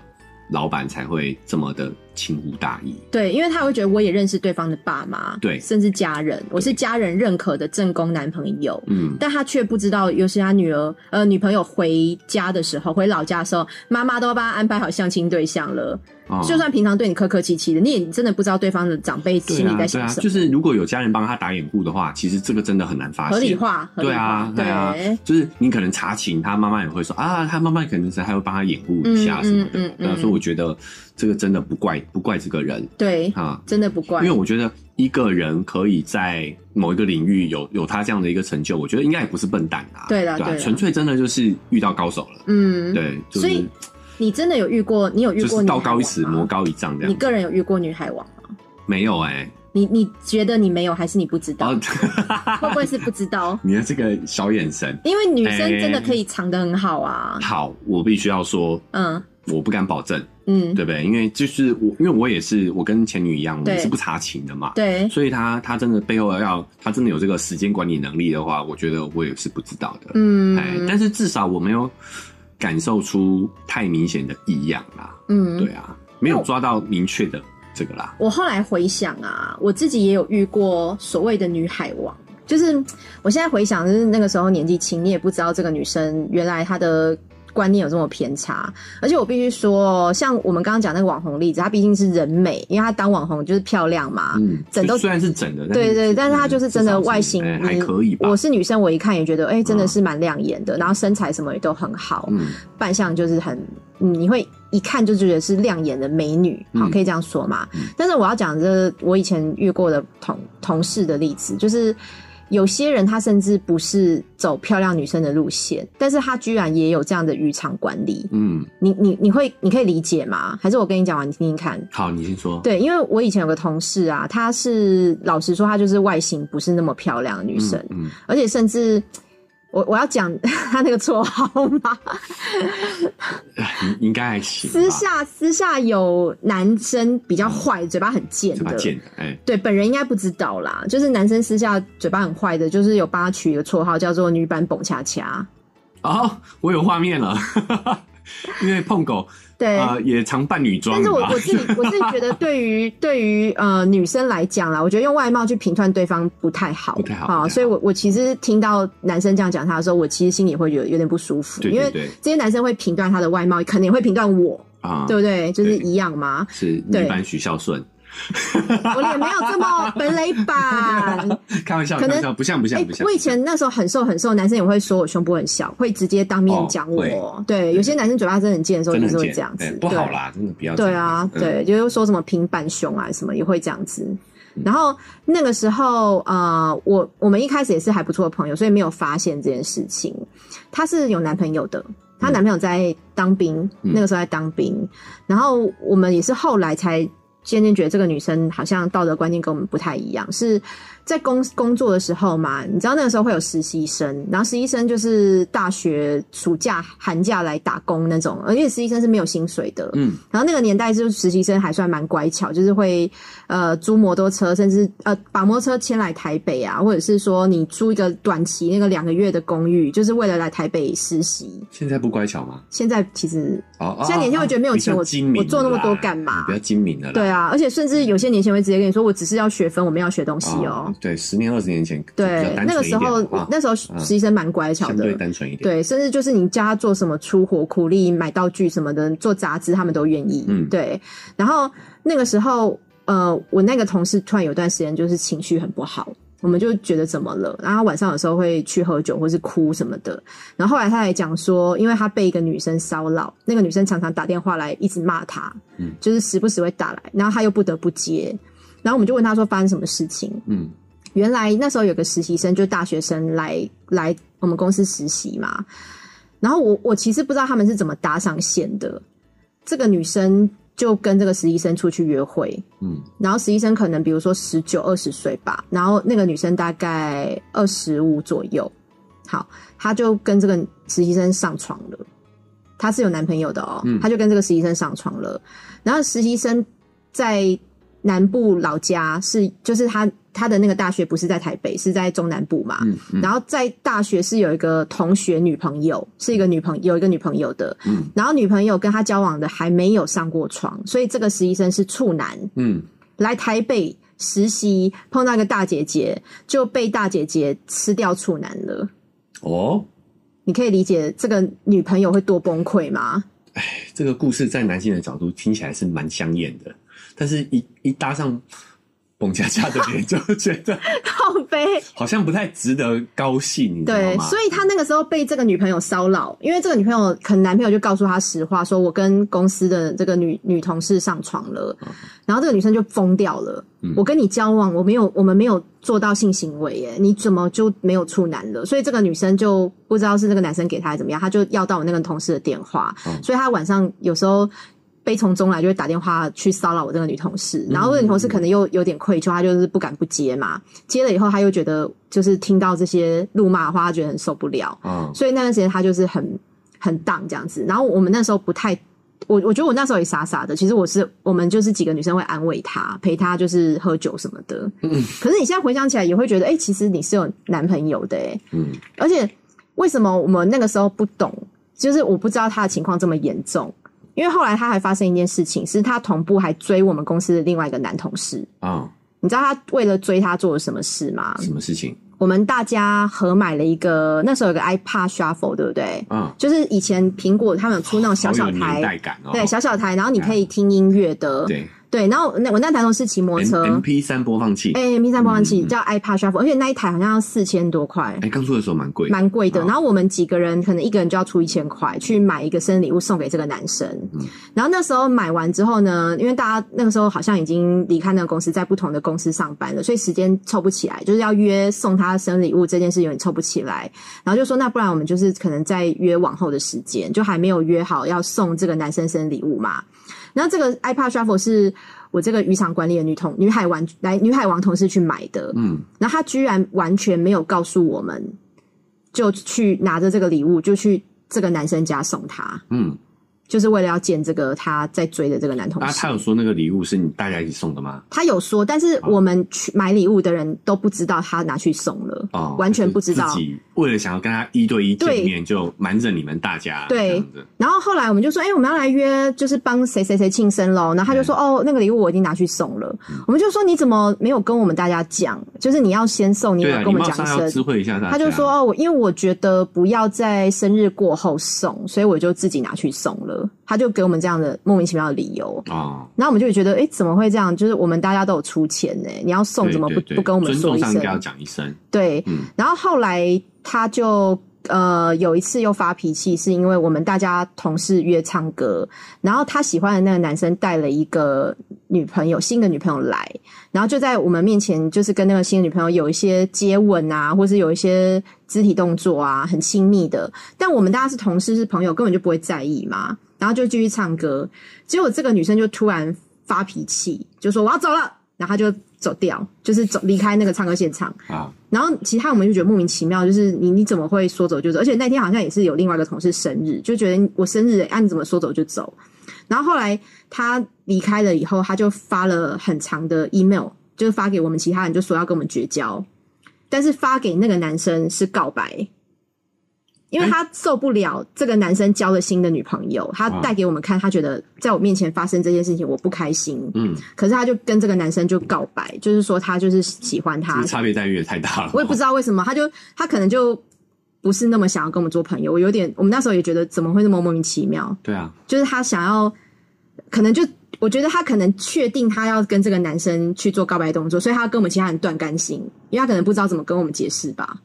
[SPEAKER 2] 老板才会这么的轻忽大意。
[SPEAKER 1] 对，因为他会觉得我也认识对方的爸妈，
[SPEAKER 2] 对
[SPEAKER 1] 甚至家人，我是家人认可的正宫男朋友。
[SPEAKER 2] 嗯，
[SPEAKER 1] 但他却不知道，尤其他女儿呃女朋友回家的时候，回老家的时候，妈妈都帮他安排好相亲对象了，
[SPEAKER 2] 哦
[SPEAKER 1] 就算平常对你客客气气的，你也真的不知道对方的长辈
[SPEAKER 2] 对
[SPEAKER 1] 心里
[SPEAKER 2] 啊，
[SPEAKER 1] 在
[SPEAKER 2] 对
[SPEAKER 1] 想
[SPEAKER 2] 啊，
[SPEAKER 1] 什么，
[SPEAKER 2] 就是如果有家人帮他打掩护的话，其实这个真的很难发现。
[SPEAKER 1] 合理化，合理
[SPEAKER 2] 对
[SPEAKER 1] 化
[SPEAKER 2] 啊，，对啊，就是你可能查情，他妈妈也会说啊，他妈妈可能是还会帮他掩护一下什么的。
[SPEAKER 1] 嗯嗯嗯嗯
[SPEAKER 2] 对啊所以我觉得这个真的不怪不怪这个人
[SPEAKER 1] 对，
[SPEAKER 2] 啊，
[SPEAKER 1] 真的不怪
[SPEAKER 2] 因为，我觉得一个人可以在某一个领域有有他这样的一个成就，我觉得应该也不是笨蛋啊。
[SPEAKER 1] 对啦
[SPEAKER 2] 啊，
[SPEAKER 1] 对啦
[SPEAKER 2] 纯粹真的就是遇到高手了。
[SPEAKER 1] 嗯，
[SPEAKER 2] 对，就是、
[SPEAKER 1] 所以你真的有遇过，你有遇
[SPEAKER 2] 就
[SPEAKER 1] 过
[SPEAKER 2] 是
[SPEAKER 1] 女
[SPEAKER 2] 道
[SPEAKER 1] 孩
[SPEAKER 2] 高
[SPEAKER 1] 王
[SPEAKER 2] 一尺，魔
[SPEAKER 1] 吗？
[SPEAKER 2] 高一丈这
[SPEAKER 1] 你
[SPEAKER 2] 样。
[SPEAKER 1] 个人有遇过女海王吗？
[SPEAKER 2] 没有哎、
[SPEAKER 1] 你你觉得你没有，还是你不知
[SPEAKER 2] 然
[SPEAKER 1] 道？
[SPEAKER 2] 后啊
[SPEAKER 1] 会不会是不知道？
[SPEAKER 2] 你的这个小眼神，
[SPEAKER 1] 因为女生
[SPEAKER 2] 哎
[SPEAKER 1] 真的可以藏得很好啊，
[SPEAKER 2] 好，我必须要说，
[SPEAKER 1] 嗯
[SPEAKER 2] 我不敢保证。
[SPEAKER 1] 嗯，
[SPEAKER 2] 对不对？因为就是我，因为我也是，我跟前女一样，我
[SPEAKER 1] 对
[SPEAKER 2] 们是不查情的嘛。
[SPEAKER 1] 对，
[SPEAKER 2] 啊所以他他真的背后要他真的有这个时间管理能力的话，我觉得我也是不知道的。
[SPEAKER 1] 嗯
[SPEAKER 2] 哎，但是至少我没有感受出太明显的异样啦。
[SPEAKER 1] 嗯，
[SPEAKER 2] 对啊，没有抓到明确的这个啦。
[SPEAKER 1] 我后来回想啊，我自己也有遇过所谓的女海王，就是嗯我现在回想，就是那个时候年纪轻，你也不知道这个女生原来她的。观念有这么偏差，而且我必须说哦，像我们刚刚讲那个网红例子，她毕竟是人美，因为她当网红就是漂亮嘛，
[SPEAKER 2] 嗯，
[SPEAKER 1] 整都
[SPEAKER 2] 虽然是整的，但
[SPEAKER 1] 对对，但是她就是真的
[SPEAKER 2] 至少是
[SPEAKER 1] 外形，
[SPEAKER 2] 哎
[SPEAKER 1] 嗯
[SPEAKER 2] 还可以吧。
[SPEAKER 1] 我是女生，我一看也觉得，哎、真的
[SPEAKER 2] 嗯
[SPEAKER 1] 是蛮亮眼的，然后身材什么也都很好，
[SPEAKER 2] 嗯
[SPEAKER 1] 扮相就是很，嗯你会一看就觉得是亮眼的美女，好，
[SPEAKER 2] 嗯
[SPEAKER 1] 可以这样说嘛。
[SPEAKER 2] 嗯
[SPEAKER 1] 但是我要讲这我以前遇过的同同事的例子，就是有些人他甚至不是走漂亮女生的路线，但是他居然也有这样的渔场管理。
[SPEAKER 2] 嗯，
[SPEAKER 1] 你你你会你可以理解吗？还是我跟你讲完你听听看？
[SPEAKER 2] 好，你先说。
[SPEAKER 1] 对，因为我以前有个同事啊，她是老实说，她就是外形不是那么漂亮的女
[SPEAKER 2] 嗯
[SPEAKER 1] 生，
[SPEAKER 2] 嗯，
[SPEAKER 1] 而且甚至我我要讲她那个绰号吗？
[SPEAKER 2] 应应该还行吧。嗯
[SPEAKER 1] 私下私下有男生比较坏，嘴巴很贱
[SPEAKER 2] 嘴巴
[SPEAKER 1] 的。
[SPEAKER 2] 贱的，哎，
[SPEAKER 1] 对，本人应该不知道啦。就是男生私下嘴巴很坏的，就是有帮他取一个绰号叫做“女版蹦恰恰
[SPEAKER 2] 哦，我有画面了，因为碰狗
[SPEAKER 1] 对。
[SPEAKER 2] 呃，也常扮女装
[SPEAKER 1] 但
[SPEAKER 2] 吧。
[SPEAKER 1] 是我 我自己我自己觉得对，于对于呃女生来讲啦，我觉得用外貌去评断对方不太好，
[SPEAKER 2] 不太好不太
[SPEAKER 1] 啊。
[SPEAKER 2] 好
[SPEAKER 1] 所以我我其实听到男生这样讲他的时候，我其实心里会觉得有点不舒服，
[SPEAKER 2] 对对
[SPEAKER 1] 因
[SPEAKER 2] 对
[SPEAKER 1] 为这些男生会评断他的外貌，肯定会评断我，
[SPEAKER 2] 啊，
[SPEAKER 1] 对不对？就是
[SPEAKER 2] 对，
[SPEAKER 1] 一样嘛
[SPEAKER 2] 是
[SPEAKER 1] 对
[SPEAKER 2] 女版许孝顺，
[SPEAKER 1] 我脸没有这么 本垒 版。
[SPEAKER 2] 开玩笑，
[SPEAKER 1] 可
[SPEAKER 2] 开
[SPEAKER 1] 能
[SPEAKER 2] 玩笑，不像不像
[SPEAKER 1] 哎
[SPEAKER 2] 不像。
[SPEAKER 1] 我以前那时候很瘦很瘦，男生也会说我胸部很小，会直接当面
[SPEAKER 2] 哦
[SPEAKER 1] 讲
[SPEAKER 2] 会
[SPEAKER 1] 我。对，有些男生嘴巴真的很贱的时候，
[SPEAKER 2] 真
[SPEAKER 1] 就
[SPEAKER 2] 的
[SPEAKER 1] 是
[SPEAKER 2] 很
[SPEAKER 1] 会
[SPEAKER 2] 贱，
[SPEAKER 1] 这样子
[SPEAKER 2] 对，不好
[SPEAKER 1] 对
[SPEAKER 2] 啦，真的不要这
[SPEAKER 1] 对
[SPEAKER 2] 样。
[SPEAKER 1] 啊，
[SPEAKER 2] 嗯
[SPEAKER 1] 对，就是说什么平板熊啊，什么也会这样子。
[SPEAKER 2] 嗯
[SPEAKER 1] 然后那个时候，呃，我我们一开始也是还不错的朋友，所以没有发现这件事情。她是有男朋友的，她男朋友在当兵，
[SPEAKER 2] 嗯
[SPEAKER 1] 那个时候在当兵。然后我们也是后来才渐渐觉得这个女生好像道德观念跟我们不太一样，是在工工作的时候嘛，你知道那个时候会有实习生，然后实习生就是大学暑假、寒假来打工那种，而且实习生是没有薪水的，
[SPEAKER 2] 嗯，
[SPEAKER 1] 然后那个年代就是实习生还算蛮乖巧，就是会呃租摩托车，甚至呃把摩托车迁来台北啊，或者是说你租一个短期那个两个月的公寓，就是为了来台北实习。
[SPEAKER 2] 现在不乖巧吗？
[SPEAKER 1] 现在其实
[SPEAKER 2] 哦，哦
[SPEAKER 1] 现在年轻人会觉得没有钱
[SPEAKER 2] 比较
[SPEAKER 1] 我
[SPEAKER 2] 精明
[SPEAKER 1] 我做那么
[SPEAKER 2] 啦
[SPEAKER 1] 多干嘛
[SPEAKER 2] 你比较精明的啦。
[SPEAKER 1] 对啊，而且甚至有些年轻人会直接跟你说，我只是要学分，我们要学东西哦
[SPEAKER 2] 啊。对，十年二十年前比较
[SPEAKER 1] 对，
[SPEAKER 2] 单
[SPEAKER 1] 那个
[SPEAKER 2] 纯一
[SPEAKER 1] 时
[SPEAKER 2] 点
[SPEAKER 1] 候
[SPEAKER 2] 好不好
[SPEAKER 1] 那时候实习生蛮乖巧
[SPEAKER 2] 相
[SPEAKER 1] 的，
[SPEAKER 2] 对单纯一点。
[SPEAKER 1] 对，甚至就是你叫他做什么出活、苦力、买道具什么的，做杂志他们都愿意。
[SPEAKER 2] 嗯
[SPEAKER 1] 对。然后那个时候，呃，我那个同事突然有段时间就是情绪很不好，我们就觉得怎么了？然后他晚上有时候会去喝酒或是哭什么的。然后后来他还讲说，因为他被一个女生骚扰，那个女生常常打电话来一直骂他，
[SPEAKER 2] 嗯
[SPEAKER 1] 就是时不时会打来，然后他又不得不接。然后我们就问他说发生什么事情，
[SPEAKER 2] 嗯，
[SPEAKER 1] 原来那时候有个实习生，就是大学生来来我们公司实习嘛。然后我我其实不知道他们是怎么搭上线的。这个女生就跟这个实习生出去约会，
[SPEAKER 2] 嗯
[SPEAKER 1] 然后实习生可能比如说十九二十岁吧，然后那个女生大概二十五左右。好，她就跟这个实习生上床了。她是有男朋友的哦，
[SPEAKER 2] 嗯
[SPEAKER 1] 她就跟这个实习生上床了。然后实习生在南部老家是，就是她她的那个大学不是在台北，是在中南部嘛。
[SPEAKER 2] 嗯嗯
[SPEAKER 1] 然后在大学是有一个同学女朋友，是一个女朋有一个女朋友的，
[SPEAKER 2] 嗯
[SPEAKER 1] 然后女朋友跟他交往的还没有上过床，所以这个实习生是处男，
[SPEAKER 2] 嗯，
[SPEAKER 1] 来台北实习，碰到一个大姐姐，就被大姐姐吃掉处男了。
[SPEAKER 2] 哦，
[SPEAKER 1] 你可以理解这个女朋友会多崩溃吗？
[SPEAKER 2] 这个故事在男性的角度听起来是蛮香艳的，但是一一搭上蹦恰恰的脸，就 觉得
[SPEAKER 1] 靠背。
[SPEAKER 2] 好像不太值得高兴，你知道
[SPEAKER 1] 对，
[SPEAKER 2] 吗？嗯
[SPEAKER 1] 所以他那个时候被这个女朋友骚扰，因为这个女朋友可能男朋友就告诉他实话，说我跟公司的这个女女同事上床了，然后这个女生就疯掉了。
[SPEAKER 2] 哦嗯
[SPEAKER 1] 我跟你交往，我没有，我们没有做到性行为耶，你怎么就没有处男了？所以这个女生就不知道是那个男生给她还是怎么样，她就要到我那个同事的电话，
[SPEAKER 2] 哦
[SPEAKER 1] 所以她晚上有时候。悲从中来，就会打电话去骚扰我这个女同事，然后这个女同事可能又有点愧疚，她就是不敢不接嘛。接了以后，他又觉得就是听到这些怒骂的话，他觉得很受不了，
[SPEAKER 2] 啊，
[SPEAKER 1] 所以那段时间他就是很很荡这样子。然后我们那时候不太，我我觉得我那时候也傻傻的，其实我是我们就是几个女生会安慰他，陪他就是喝酒什么的。可是你现在回想起来，也会觉得，哎、其实你是有男朋友的、哎，
[SPEAKER 2] 嗯
[SPEAKER 1] 而且为什么我们那个时候不懂？就是我不知道他的情况这么严重，因为后来他还发生一件事情，是他同步还追我们公司的另外一个男同事。
[SPEAKER 2] 啊，
[SPEAKER 1] 你知道他为了追他做了什么事吗？
[SPEAKER 2] 什么事情
[SPEAKER 1] 我们大家合买了一个，那时候有个 iPad Shuffle，对不对？
[SPEAKER 2] 啊？
[SPEAKER 1] 就是以前苹果他们有出那种小
[SPEAKER 2] 好
[SPEAKER 1] 小
[SPEAKER 2] 有年代
[SPEAKER 1] 台，
[SPEAKER 2] 感哦，啊
[SPEAKER 1] 对小小台，然后你可以听音乐的，
[SPEAKER 2] 对
[SPEAKER 1] 对。然后那我那台同事骑摩托车，
[SPEAKER 2] M P 三播放器，
[SPEAKER 1] 哎，M 三播放器
[SPEAKER 2] 嗯
[SPEAKER 1] 叫 iPad Shuffle，而且那一台好像要四千多块，
[SPEAKER 2] 哎，刚出的时候蛮贵，
[SPEAKER 1] 蛮贵的。
[SPEAKER 2] 啊
[SPEAKER 1] 然后我们几个人可能一个人就要出一千块去买一个生日礼物送给这个男生。
[SPEAKER 2] 嗯
[SPEAKER 1] 然后那时候买完之后呢，因为大家那个时候好像已经离开那个公司，在不同的公司上班了，所以时间凑不起来，就是要约送他生日礼物这件事有点凑不起来。然后就说那不然我们就是可能再约往后的时间，就还没有约好要送这个男生生日礼物嘛。然后这个 iPad Shuffle 是我这个渔场管理的女同女海王来女海王同事去买的，
[SPEAKER 2] 嗯，
[SPEAKER 1] 然后他居然完全没有告诉我们，就去拿着这个礼物就去这个男生家送他。
[SPEAKER 2] 嗯
[SPEAKER 1] 就是为了要见这个他在追的这个男同
[SPEAKER 2] 啊，
[SPEAKER 1] 事。
[SPEAKER 2] 他有说那个礼物是你大家一起送的吗？
[SPEAKER 1] 他有说，但是我们去买礼物的人都不知道他拿去送了，
[SPEAKER 2] 哦，
[SPEAKER 1] 完全不知道
[SPEAKER 2] 就是自己为了想要跟他一对一
[SPEAKER 1] 对
[SPEAKER 2] 见面，就瞒着你们大家
[SPEAKER 1] 对
[SPEAKER 2] 这样子
[SPEAKER 1] 然后后来我们就说，哎、我们要来约，就是帮谁谁谁庆生喽。然后他就说，
[SPEAKER 2] 嗯
[SPEAKER 1] 哦，那个礼物我已经拿去送了。我们就说，你怎么没有跟我们大家讲？就是你要先送，你有
[SPEAKER 2] 对
[SPEAKER 1] 没有
[SPEAKER 2] 啊，
[SPEAKER 1] 跟
[SPEAKER 2] 你
[SPEAKER 1] 我们
[SPEAKER 2] 貌
[SPEAKER 1] 讲
[SPEAKER 2] 似
[SPEAKER 1] 一
[SPEAKER 2] 要
[SPEAKER 1] 声。
[SPEAKER 2] 知会一下大家。
[SPEAKER 1] 他就说，哦，我因为我觉得不要在生日过后送，所以我就自己拿去送了。他就给我们这样的莫名其妙的理由。
[SPEAKER 2] 哦，
[SPEAKER 1] 然后我们就会觉得，哎、怎么会这样？就是我们大家都有出钱呢、你要送
[SPEAKER 2] 对
[SPEAKER 1] 怎么不
[SPEAKER 2] 对对
[SPEAKER 1] 不跟我们
[SPEAKER 2] 尊
[SPEAKER 1] 说
[SPEAKER 2] 重
[SPEAKER 1] 一
[SPEAKER 2] 上
[SPEAKER 1] 声
[SPEAKER 2] 应该？要讲一声，
[SPEAKER 1] 对，
[SPEAKER 2] 嗯
[SPEAKER 1] 然后后来他就呃有一次又发脾气，是因为我们大家同事约唱歌，然后他喜欢的那个男生带了一个女朋友，新的女朋友来，然后就在我们面前就是跟那个新的女朋友有一些接吻啊，或是有一些肢体动作啊，很亲密的。但我们大家是同事是朋友，根本就不会在意嘛，然后就继续唱歌，结果这个女生就突然发脾气，就说我要走了，然后她就走掉，就是走离开那个唱歌现场。
[SPEAKER 2] 啊，
[SPEAKER 1] 然后其他我们就觉得莫名其妙，就是你你怎么会说走就走？而且那天好像也是有另外一个同事生日，就觉得我生日，啊你怎么说走就走？然后后来他离开了以后，他就发了很长的 email，就是发给我们其他人，就说要跟我们绝交，但是发给那个男生是告白。因为他受不了这个男生交了新的女朋友，他带给我们看，他觉得在我面前发生这件事情我不开心，
[SPEAKER 2] 嗯，
[SPEAKER 1] 可是他就跟这个男生就告白，就是说他就是喜欢
[SPEAKER 2] 这
[SPEAKER 1] 他
[SPEAKER 2] 个，差别待遇也太大了。
[SPEAKER 1] 我也不知道为什么，他就他可能就不是那么想要跟我们做朋友。我有点，我们那时候也觉得怎么会那么莫名其妙，
[SPEAKER 2] 对啊，
[SPEAKER 1] 就是他想要，可能就我觉得他可能确定他要跟这个男生去做告白动作，所以他要跟我们其他人断干净，因为他可能不知道怎么跟我们解释吧。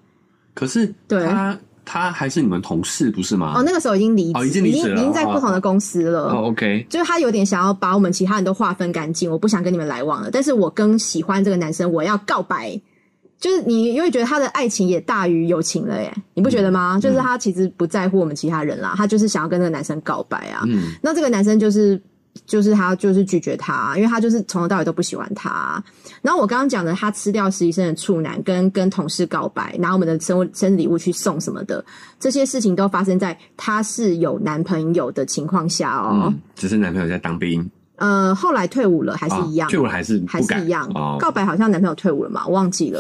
[SPEAKER 2] 可是
[SPEAKER 1] 对
[SPEAKER 2] 他他还是你们同事不是吗？
[SPEAKER 1] 哦，那个时候已经离职、
[SPEAKER 2] 哦已经离职了
[SPEAKER 1] 已经在不同的公司了。
[SPEAKER 2] 哦，OK，
[SPEAKER 1] 就是他有点想要把我们其他人都划分干净，我不想跟你们来往了。但是我跟喜欢这个男生，我要告白。就是你因为觉得他的爱情也大于友情了耶，你不觉得吗？就是他其实不在乎我们其他人啦，他就是想要跟那个男生告白啊。
[SPEAKER 2] 嗯，
[SPEAKER 1] 那这个男生就是就是他就是拒绝他，因为他就是从头到尾都不喜欢他。然后我刚刚讲的，他吃掉实习生的处男，跟跟同事告白，拿我们的生活生日礼物去送什么的，这些事情都发生在他是有男朋友的情况下哦。
[SPEAKER 2] 嗯，只是男朋友在当兵，
[SPEAKER 1] 呃，后来退伍了还是
[SPEAKER 2] 啊
[SPEAKER 1] 一样，
[SPEAKER 2] 退伍还是
[SPEAKER 1] 还
[SPEAKER 2] 不
[SPEAKER 1] 是
[SPEAKER 2] 敢
[SPEAKER 1] 一样。
[SPEAKER 2] 哦，
[SPEAKER 1] 告白好像男朋友退伍了嘛，我忘记了。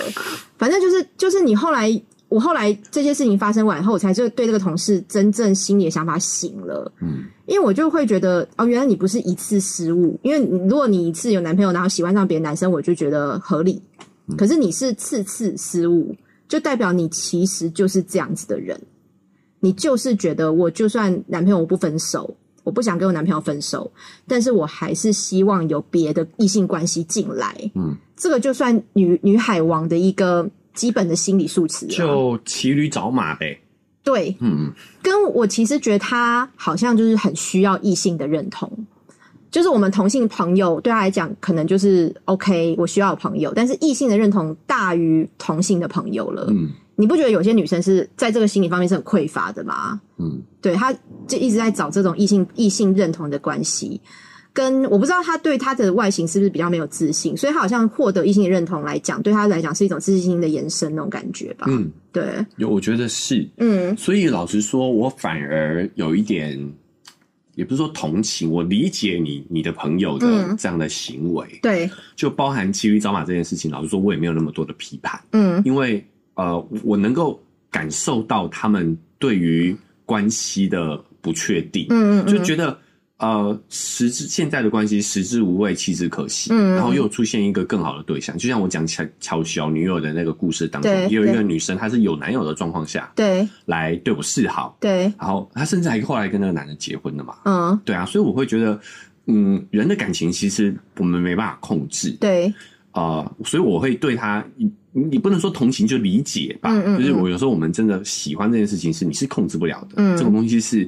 [SPEAKER 1] 反正就是就是你后来，我后来这些事情发生完后，我才就对这个同事真正心里的想法醒了。
[SPEAKER 2] 嗯，
[SPEAKER 1] 因为我就会觉得，哦，原来你不是一次失误，因为你如果你一次有男朋友，然后喜欢上别的男生，我就觉得合理。
[SPEAKER 2] 嗯
[SPEAKER 1] 可是你是次次失误，就代表你其实就是这样子的人，你就是觉得我就算男朋友我不分手，我不想跟我男朋友分手，但是我还是希望有别的异性关系进来。
[SPEAKER 2] 嗯，
[SPEAKER 1] 这个就算女女海王的一个基本的心理素质、啊。
[SPEAKER 2] 就骑驴找马呗，
[SPEAKER 1] 对，
[SPEAKER 2] 嗯，
[SPEAKER 1] 跟我其实觉得他好像就是很需要异性的认同，就是我们同性朋友对他来讲可能就是 OK，我需要有朋友，但是异性的认同大于同性的朋友了。
[SPEAKER 2] 嗯
[SPEAKER 1] 你不觉得有些女生是在这个心理方面是很匮乏的吗？
[SPEAKER 2] 嗯
[SPEAKER 1] 对，她就一直在找这种异性异性认同的关系。跟我不知道她对她的外形是不是比较没有自信，所以她好像获得异性的认同来讲，对她来讲是一种自信心的延伸那种感觉吧。
[SPEAKER 2] 嗯，
[SPEAKER 1] 对，
[SPEAKER 2] 有，我觉得是，
[SPEAKER 1] 嗯
[SPEAKER 2] 所以老实说，我反而有一点，也不是说同情，我理解你你的朋友的
[SPEAKER 1] 嗯
[SPEAKER 2] 这样的行为，
[SPEAKER 1] 对，
[SPEAKER 2] 就包含骑驴找马这件事情。老实说，我也没有那么多的批判，
[SPEAKER 1] 嗯
[SPEAKER 2] 因为呃，我能够感受到他们对于关系的不确定，
[SPEAKER 1] 嗯嗯，
[SPEAKER 2] 就觉得。呃，食之现在的关系食之无味，弃之可惜。
[SPEAKER 1] 嗯嗯
[SPEAKER 2] 然后又出现一个更好的对象，就像我讲巧巧小女友的那个故事当中，
[SPEAKER 1] 对
[SPEAKER 2] 也有一个
[SPEAKER 1] 对
[SPEAKER 2] 女生，她是有男友的状况下，
[SPEAKER 1] 对
[SPEAKER 2] 来对我示好，
[SPEAKER 1] 对，
[SPEAKER 2] 然后她甚至还后来跟那个男的结婚了嘛。
[SPEAKER 1] 嗯，
[SPEAKER 2] 对啊，所以我会觉得，嗯，人的感情其实我们没办法控制，
[SPEAKER 1] 对，
[SPEAKER 2] 啊，所以我会对他，你你不能说同情就理解吧，
[SPEAKER 1] 嗯嗯嗯
[SPEAKER 2] 就是我有时候我们真的喜欢这件事情是你是控制不了的，
[SPEAKER 1] 嗯
[SPEAKER 2] 这种东西是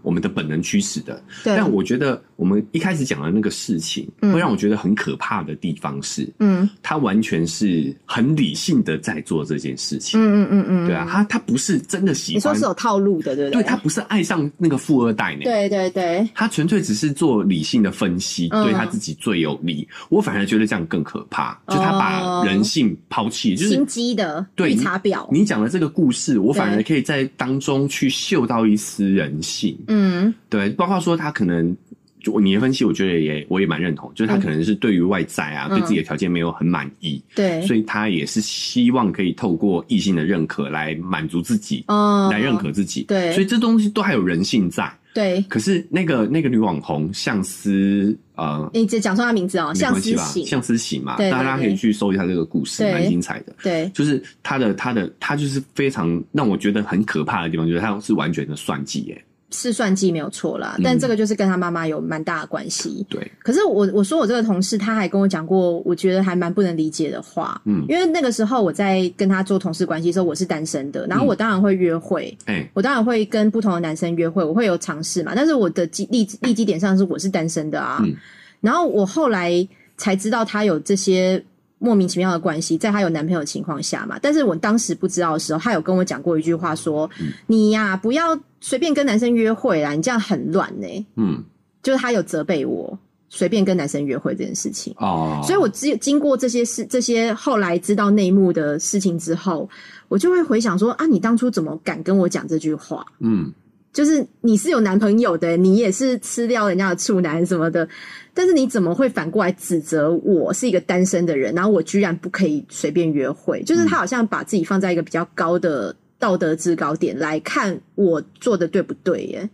[SPEAKER 2] 我们的本能驱使的。
[SPEAKER 1] 对，
[SPEAKER 2] 但我觉得我们一开始讲的那个事情，
[SPEAKER 1] 嗯
[SPEAKER 2] 会让我觉得很可怕的地方是，
[SPEAKER 1] 嗯
[SPEAKER 2] 他完全是很理性的在做这件事情，
[SPEAKER 1] 嗯嗯嗯嗯，
[SPEAKER 2] 对啊，，他他不是真的喜
[SPEAKER 1] 你说
[SPEAKER 2] 欢
[SPEAKER 1] 是，有套路的，对不
[SPEAKER 2] 对他
[SPEAKER 1] 对，
[SPEAKER 2] 不是爱上那个富二代呢，
[SPEAKER 1] 对对对，
[SPEAKER 2] 他纯粹只是做理性的分析，
[SPEAKER 1] 嗯
[SPEAKER 2] 对他自己最有利。我反而觉得这样更可怕，
[SPEAKER 1] 哦
[SPEAKER 2] 就他把人性抛弃，就是
[SPEAKER 1] 心。机的
[SPEAKER 2] 对
[SPEAKER 1] 绿茶婊，
[SPEAKER 2] 你讲的这个故事，我反而
[SPEAKER 1] 对
[SPEAKER 2] 可以在当中去嗅到一丝人性，
[SPEAKER 1] 嗯
[SPEAKER 2] 对，包括说他可能，就你的分析，我觉得也我也蛮认同，就是他可能是对于外在啊，
[SPEAKER 1] 嗯
[SPEAKER 2] 对自己的条件没有很满意，
[SPEAKER 1] 对，
[SPEAKER 2] 所以他也是希望可以透过异性的认可来满足自己，
[SPEAKER 1] 嗯，
[SPEAKER 2] 来认可自己。
[SPEAKER 1] 对
[SPEAKER 2] 所以这东西都还有人性在。
[SPEAKER 1] 对。
[SPEAKER 2] 可是那个那个女网红向思，呃，
[SPEAKER 1] 你只讲错他名字哦，
[SPEAKER 2] 没
[SPEAKER 1] 向
[SPEAKER 2] 关
[SPEAKER 1] 思
[SPEAKER 2] 系吧？
[SPEAKER 1] 喜，
[SPEAKER 2] 向思喜嘛，
[SPEAKER 1] 对对
[SPEAKER 2] 大家可以
[SPEAKER 1] 对
[SPEAKER 2] 去搜一下这个故事，
[SPEAKER 1] 对
[SPEAKER 2] 蛮精彩的。
[SPEAKER 1] 对，
[SPEAKER 2] 就是他的他的他就是非常让我觉得很可怕的地方，就是他是完全的算计耶。
[SPEAKER 1] 是算计没有错啦，但
[SPEAKER 2] 嗯
[SPEAKER 1] 这个就是跟他妈妈有蛮大的关系。
[SPEAKER 2] 对，
[SPEAKER 1] 可是我我说我这个同事，他还跟我讲过，我觉得还蛮不能理解的话，
[SPEAKER 2] 嗯
[SPEAKER 1] 因为那个时候我在跟他做同事关系的时候，我是单身的，
[SPEAKER 2] 嗯
[SPEAKER 1] 然后我当然会约会，
[SPEAKER 2] 哎、
[SPEAKER 1] 我当然会跟不同的男生约会，我会有尝试嘛。但是我的基立立基点上是我是单身的啊。
[SPEAKER 2] 嗯
[SPEAKER 1] 然后我后来才知道他有这些莫名其妙的关系，在他有男朋友的情况下嘛。但是我当时不知道的时候，他有跟我讲过一句话说：“
[SPEAKER 2] 嗯
[SPEAKER 1] 你呀、不要随便跟男生约会啦，你这样很乱呢、
[SPEAKER 2] 嗯，
[SPEAKER 1] 就是他有责备我随便跟男生约会这件事情。
[SPEAKER 2] 哦，
[SPEAKER 1] 所以我只有经过这些事、这些后来知道内幕的事情之后，我就会回想说啊，你当初怎么敢跟我讲这句话？
[SPEAKER 2] 嗯
[SPEAKER 1] 就是你是有男朋友的，你也是吃掉人家的处男什么的，但是你怎么会反过来指责我是一个单身的人，然后我居然不可以随便约会？就是他好像把自己放在一个比较高的道德制高点来看我做的对不对耶？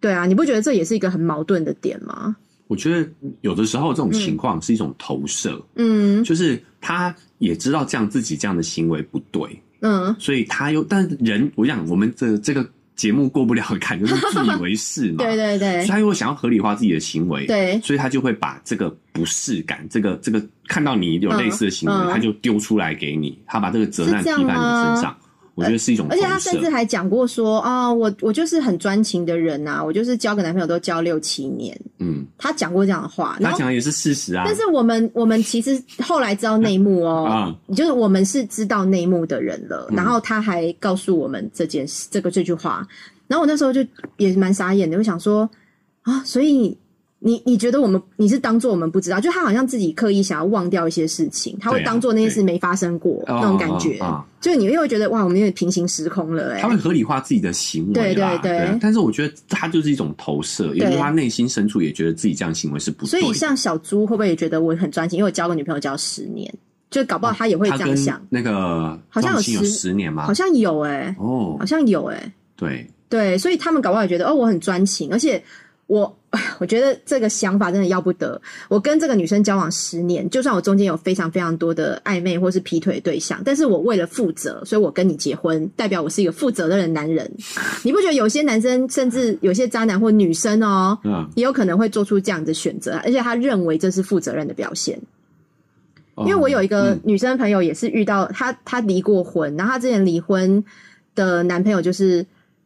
[SPEAKER 1] 对啊，你不觉得这也是一个很矛盾的点吗？
[SPEAKER 2] 我觉得有的时候这种情况是一种投射，
[SPEAKER 1] 嗯
[SPEAKER 2] 就是他也知道这样自己这样的行为不对，
[SPEAKER 1] 嗯，
[SPEAKER 2] 所以他又但人，我想我们这这个节目过不了的坎就是自以为是嘛，
[SPEAKER 1] 对对
[SPEAKER 2] 所
[SPEAKER 1] 对
[SPEAKER 2] 以他又想要合理化自己的行为，
[SPEAKER 1] 对
[SPEAKER 2] 所以他就会把这个不适感，这个这个看到你有类似的行为，
[SPEAKER 1] 嗯嗯
[SPEAKER 2] 他就丢出来给你，他把这个责难
[SPEAKER 1] 是
[SPEAKER 2] 批
[SPEAKER 1] 这
[SPEAKER 2] 在
[SPEAKER 1] 样
[SPEAKER 2] 你
[SPEAKER 1] 吗
[SPEAKER 2] 身上，我觉得是一种投
[SPEAKER 1] 而且他甚至
[SPEAKER 2] 射。
[SPEAKER 1] 还讲过说啊、我我就是很专情的人呐、我就是交个男朋友都交六七年。
[SPEAKER 2] 嗯，
[SPEAKER 1] 他讲过这样的话，然
[SPEAKER 2] 他
[SPEAKER 1] 后
[SPEAKER 2] 讲的也是事实啊。
[SPEAKER 1] 但是我们我们其实后来知道内幕哦，
[SPEAKER 2] 啊，
[SPEAKER 1] 就是我们是知道内幕的人了，
[SPEAKER 2] 嗯
[SPEAKER 1] 然后他还告诉我们这件事，这个这句话，然后我那时候就也蛮傻眼的，我想说啊，所以你你觉得我们你是当做我们不知道，就他好像自己刻意想要忘掉一些事情，他会
[SPEAKER 2] 对啊
[SPEAKER 1] 当做那件事没发生过
[SPEAKER 2] 哦
[SPEAKER 1] 那种感觉，
[SPEAKER 2] 哦哦
[SPEAKER 1] 就你又会觉得哇，我们有点平行时空了、欸，
[SPEAKER 2] 他会合理化自己的行为啦，
[SPEAKER 1] 对对对
[SPEAKER 2] 啊但是我觉得他就是一种投射，也就是他内心深处也觉得自己这样行为是不
[SPEAKER 1] 所
[SPEAKER 2] 对
[SPEAKER 1] 以
[SPEAKER 2] 的。
[SPEAKER 1] 像小猪会不会也觉得我很专情，因为我交个女朋友交十年，就搞不好他也会
[SPEAKER 2] 他
[SPEAKER 1] 这样
[SPEAKER 2] 跟啊
[SPEAKER 1] 想，
[SPEAKER 2] 那个
[SPEAKER 1] 好像有
[SPEAKER 2] 庄心有
[SPEAKER 1] 十
[SPEAKER 2] 十年嘛
[SPEAKER 1] 好，像有哎、欸
[SPEAKER 2] 哦
[SPEAKER 1] 好，像有哎、
[SPEAKER 2] 对，
[SPEAKER 1] 对，所以他们搞不好也觉得哦，我很专情，而且我我觉得这个想法真的要不得。我跟这个女生交往十年，就算我中间有非常非常多的暧昧或是劈腿对象，但是我为了负责，所以我跟你结婚，代表我是一个负责任的男人。你不觉得有些男生，甚至有些渣男或女生哦，
[SPEAKER 2] 嗯，
[SPEAKER 1] 也有可能会做出这样的选择，而且他认为这是负责任的表现。
[SPEAKER 2] 因
[SPEAKER 1] 因为我有一个
[SPEAKER 2] 嗯
[SPEAKER 1] 女生朋友也是遇到她，她离过婚，然后她之前离婚的男朋友就是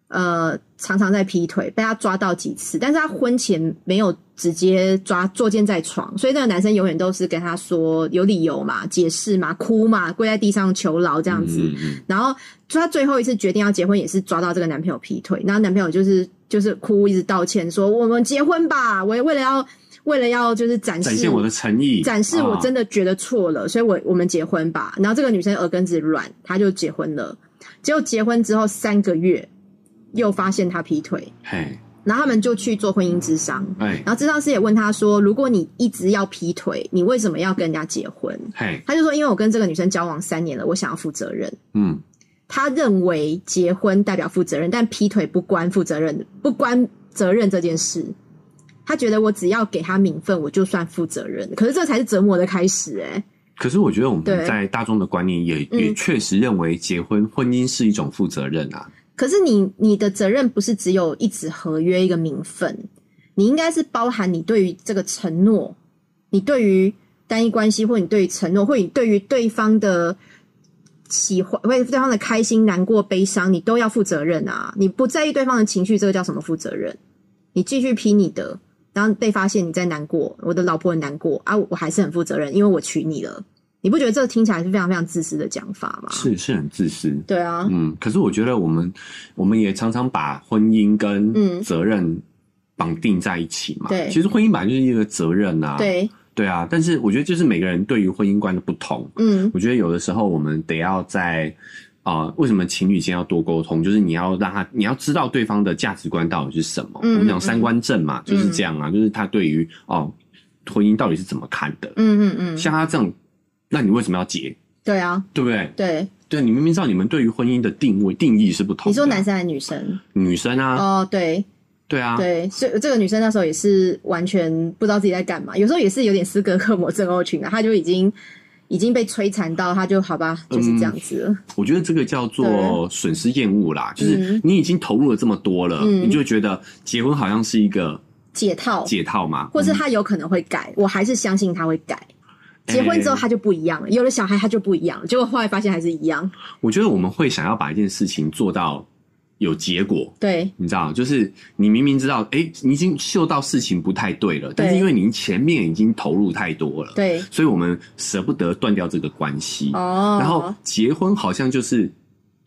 [SPEAKER 1] 呃常常在劈腿，被她抓到几次，但是她婚前没有直接抓坐奸在床，所以那个男生永远都是跟她说有理由嘛、解释嘛、哭嘛、跪在地上求饶这样子。
[SPEAKER 2] 嗯嗯
[SPEAKER 1] 然后就她最后一次决定要结婚，也是抓到这个男朋友劈腿，然后男朋友就是就是哭，一直道歉说我们结婚吧，我也为了要为了要就是展
[SPEAKER 2] 嗯
[SPEAKER 1] 示
[SPEAKER 2] 展现我的诚意，
[SPEAKER 1] 展示我
[SPEAKER 2] 啊
[SPEAKER 1] 真的觉得错了，所以我我们结婚吧。然后这个女生耳根子软，她就结婚了。结果结婚之后三个月，又发现她劈腿，
[SPEAKER 2] 嘿，
[SPEAKER 1] 然后他们就去做婚姻智商。
[SPEAKER 2] 哎，
[SPEAKER 1] 然后智商师也问她说：“如果你一直要劈腿，你为什么要跟人家结婚
[SPEAKER 2] 嘿？”，
[SPEAKER 1] 她就说：“因为我跟这个女生交往三年了，我想要负责任。”
[SPEAKER 2] 嗯，
[SPEAKER 1] 她认为结婚代表负责任，但劈腿不关负责任，不关责任这件事。她觉得我只要给她名分，我就算负责任。可是这才是折磨的开始、欸，
[SPEAKER 2] 可是我觉得我们
[SPEAKER 1] 对
[SPEAKER 2] 在大众的观念也也
[SPEAKER 1] 嗯
[SPEAKER 2] 确实认为结婚婚姻是一种负责任啊，
[SPEAKER 1] 可是你你的责任不是只有一纸合约一个名分，你应该是包含你对于这个承诺，你对于单一关系，或你对于承诺，或你对于对方的喜欢，为对方的开心、难过、悲伤，你都要负责任啊！你不在意对方的情绪，这个叫什么负责任？你继续批你的，然后被发现你在难过，我的老婆很难过啊，我还是很负责任，因为我娶你了。你不觉得这听起来是非常非常自私的讲法吗？，
[SPEAKER 2] 是是很自私。
[SPEAKER 1] 对啊，
[SPEAKER 2] 嗯，可是我觉得我们我们也常常把婚姻
[SPEAKER 1] 嗯
[SPEAKER 2] 跟责任绑定在一起嘛。
[SPEAKER 1] 对
[SPEAKER 2] 其实婚姻本来就是一个责任啊。，
[SPEAKER 1] 对，
[SPEAKER 2] 对啊。但是我觉得就是每个人对于婚姻观的不同，
[SPEAKER 1] 嗯
[SPEAKER 2] 我觉得有的时候我们得要在啊、呃为什么情侣间要多沟通？就是你要让他，你要知道对方的价值观到底是什么。
[SPEAKER 1] 嗯
[SPEAKER 2] 我们讲
[SPEAKER 1] 嗯
[SPEAKER 2] 三观正嘛，就是这样啊，就是他对于哦婚姻到底是怎么看的。
[SPEAKER 1] 嗯嗯嗯，
[SPEAKER 2] 像他这种，那你为什么要结？
[SPEAKER 1] 对啊，
[SPEAKER 2] 对不对？
[SPEAKER 1] 对，
[SPEAKER 2] 对，你明明知道你们对于婚姻的定位定义是不同的。
[SPEAKER 1] 你说男生还是女生？
[SPEAKER 2] 女生啊，
[SPEAKER 1] 哦，对
[SPEAKER 2] 对啊，
[SPEAKER 1] 对，所以这个女生那时候也是完全不知道自己在干嘛，有时候也是有点斯德克摩症候群啊，她就已经已经被摧残到，她就好吧，
[SPEAKER 2] 嗯
[SPEAKER 1] 就是这样子了。
[SPEAKER 2] 我觉得这个叫做损失厌恶啦，就是
[SPEAKER 1] 嗯
[SPEAKER 2] 你已经投入了这么多了，
[SPEAKER 1] 嗯
[SPEAKER 2] 你就觉得结婚好像是一个
[SPEAKER 1] 解套，
[SPEAKER 2] 解套嘛，
[SPEAKER 1] 或是
[SPEAKER 2] 嗯
[SPEAKER 1] 他有可能会改，我还是相信他会改。结婚之后
[SPEAKER 2] 哎
[SPEAKER 1] 他就不一样了，有了小孩他就不一样了，结果后来发现还是一样。
[SPEAKER 2] 我觉得我们会想要把一件事情做到有结果。
[SPEAKER 1] 对，
[SPEAKER 2] 你知道，就是你明明知道，哎、你已经嗅到事情不太对了，但是因为你前面已经投入太多了，，
[SPEAKER 1] 对，
[SPEAKER 2] 所以我们舍不得断掉这个关系。
[SPEAKER 1] 哦，
[SPEAKER 2] 然后结婚好像就是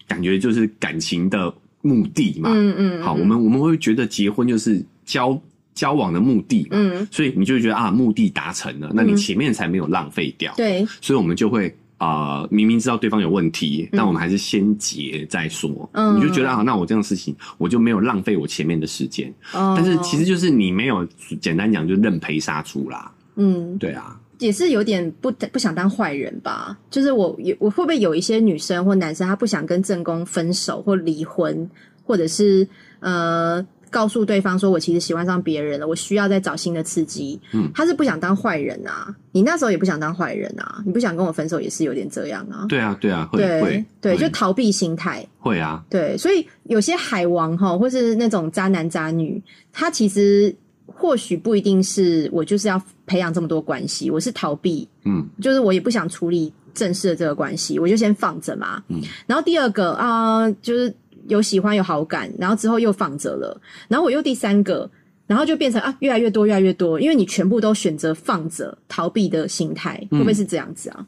[SPEAKER 2] 感觉就是感情的目的嘛。
[SPEAKER 1] 嗯嗯，
[SPEAKER 2] 好，
[SPEAKER 1] 嗯
[SPEAKER 2] 我们我们会觉得结婚就是交交往的目的嘛，
[SPEAKER 1] 嗯，
[SPEAKER 2] 所以你就会觉得啊，目的达成了，那你
[SPEAKER 1] 嗯
[SPEAKER 2] 前面才没有浪费掉。
[SPEAKER 1] 对，
[SPEAKER 2] 所以我们就会啊、呃明明知道对方有问题，
[SPEAKER 1] 嗯
[SPEAKER 2] 但我们还是先结再说。
[SPEAKER 1] 嗯
[SPEAKER 2] 你就觉得啊，那我这样的事情我就没有浪费我前面的时间，
[SPEAKER 1] 哦，
[SPEAKER 2] 但是其实就是你没有简单讲就认赔杀出啦。
[SPEAKER 1] 嗯，
[SPEAKER 2] 对啊，
[SPEAKER 1] 也是有点不不想当坏人吧。就是我有我会不会有一些女生或男生，他不想跟正宫分手或离婚，或者是呃。告诉对方说，我其实喜欢上别人了，我需要再找新的刺激。
[SPEAKER 2] 嗯
[SPEAKER 1] 他是不想当坏人啊，你那时候也不想当坏人啊，你不想跟我分手也是有点这样啊。
[SPEAKER 2] 对啊，对啊，会
[SPEAKER 1] 对
[SPEAKER 2] 会
[SPEAKER 1] 对，就
[SPEAKER 2] 会
[SPEAKER 1] 逃避心态。
[SPEAKER 2] 会啊，
[SPEAKER 1] 对，所以有些海王哈，或是那种渣男渣女，他其实或许不一定是我就是要培养这么多关系，我是逃避，
[SPEAKER 2] 嗯
[SPEAKER 1] 就是我也不想处理正式的这个关系，我就先放着嘛。
[SPEAKER 2] 嗯
[SPEAKER 1] 然后第二个啊、就是有喜欢有好感，然后之后又放着了，然后我又第三个。然后就变成啊，越来越多，越来越多，因为你全部都选择放着逃避的心态，会不
[SPEAKER 2] 嗯
[SPEAKER 1] 会是这样子啊？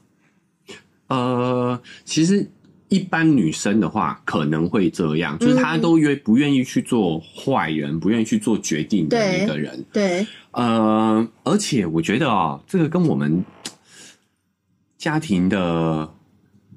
[SPEAKER 2] 呃，其实。一般女生的话可能会这样，就是她
[SPEAKER 1] 嗯
[SPEAKER 2] 都愿不愿意去做坏人，不愿意去做决定的
[SPEAKER 1] 对
[SPEAKER 2] 一个人。
[SPEAKER 1] 对，
[SPEAKER 2] 呃，而且我觉得啊、这个跟我们家庭的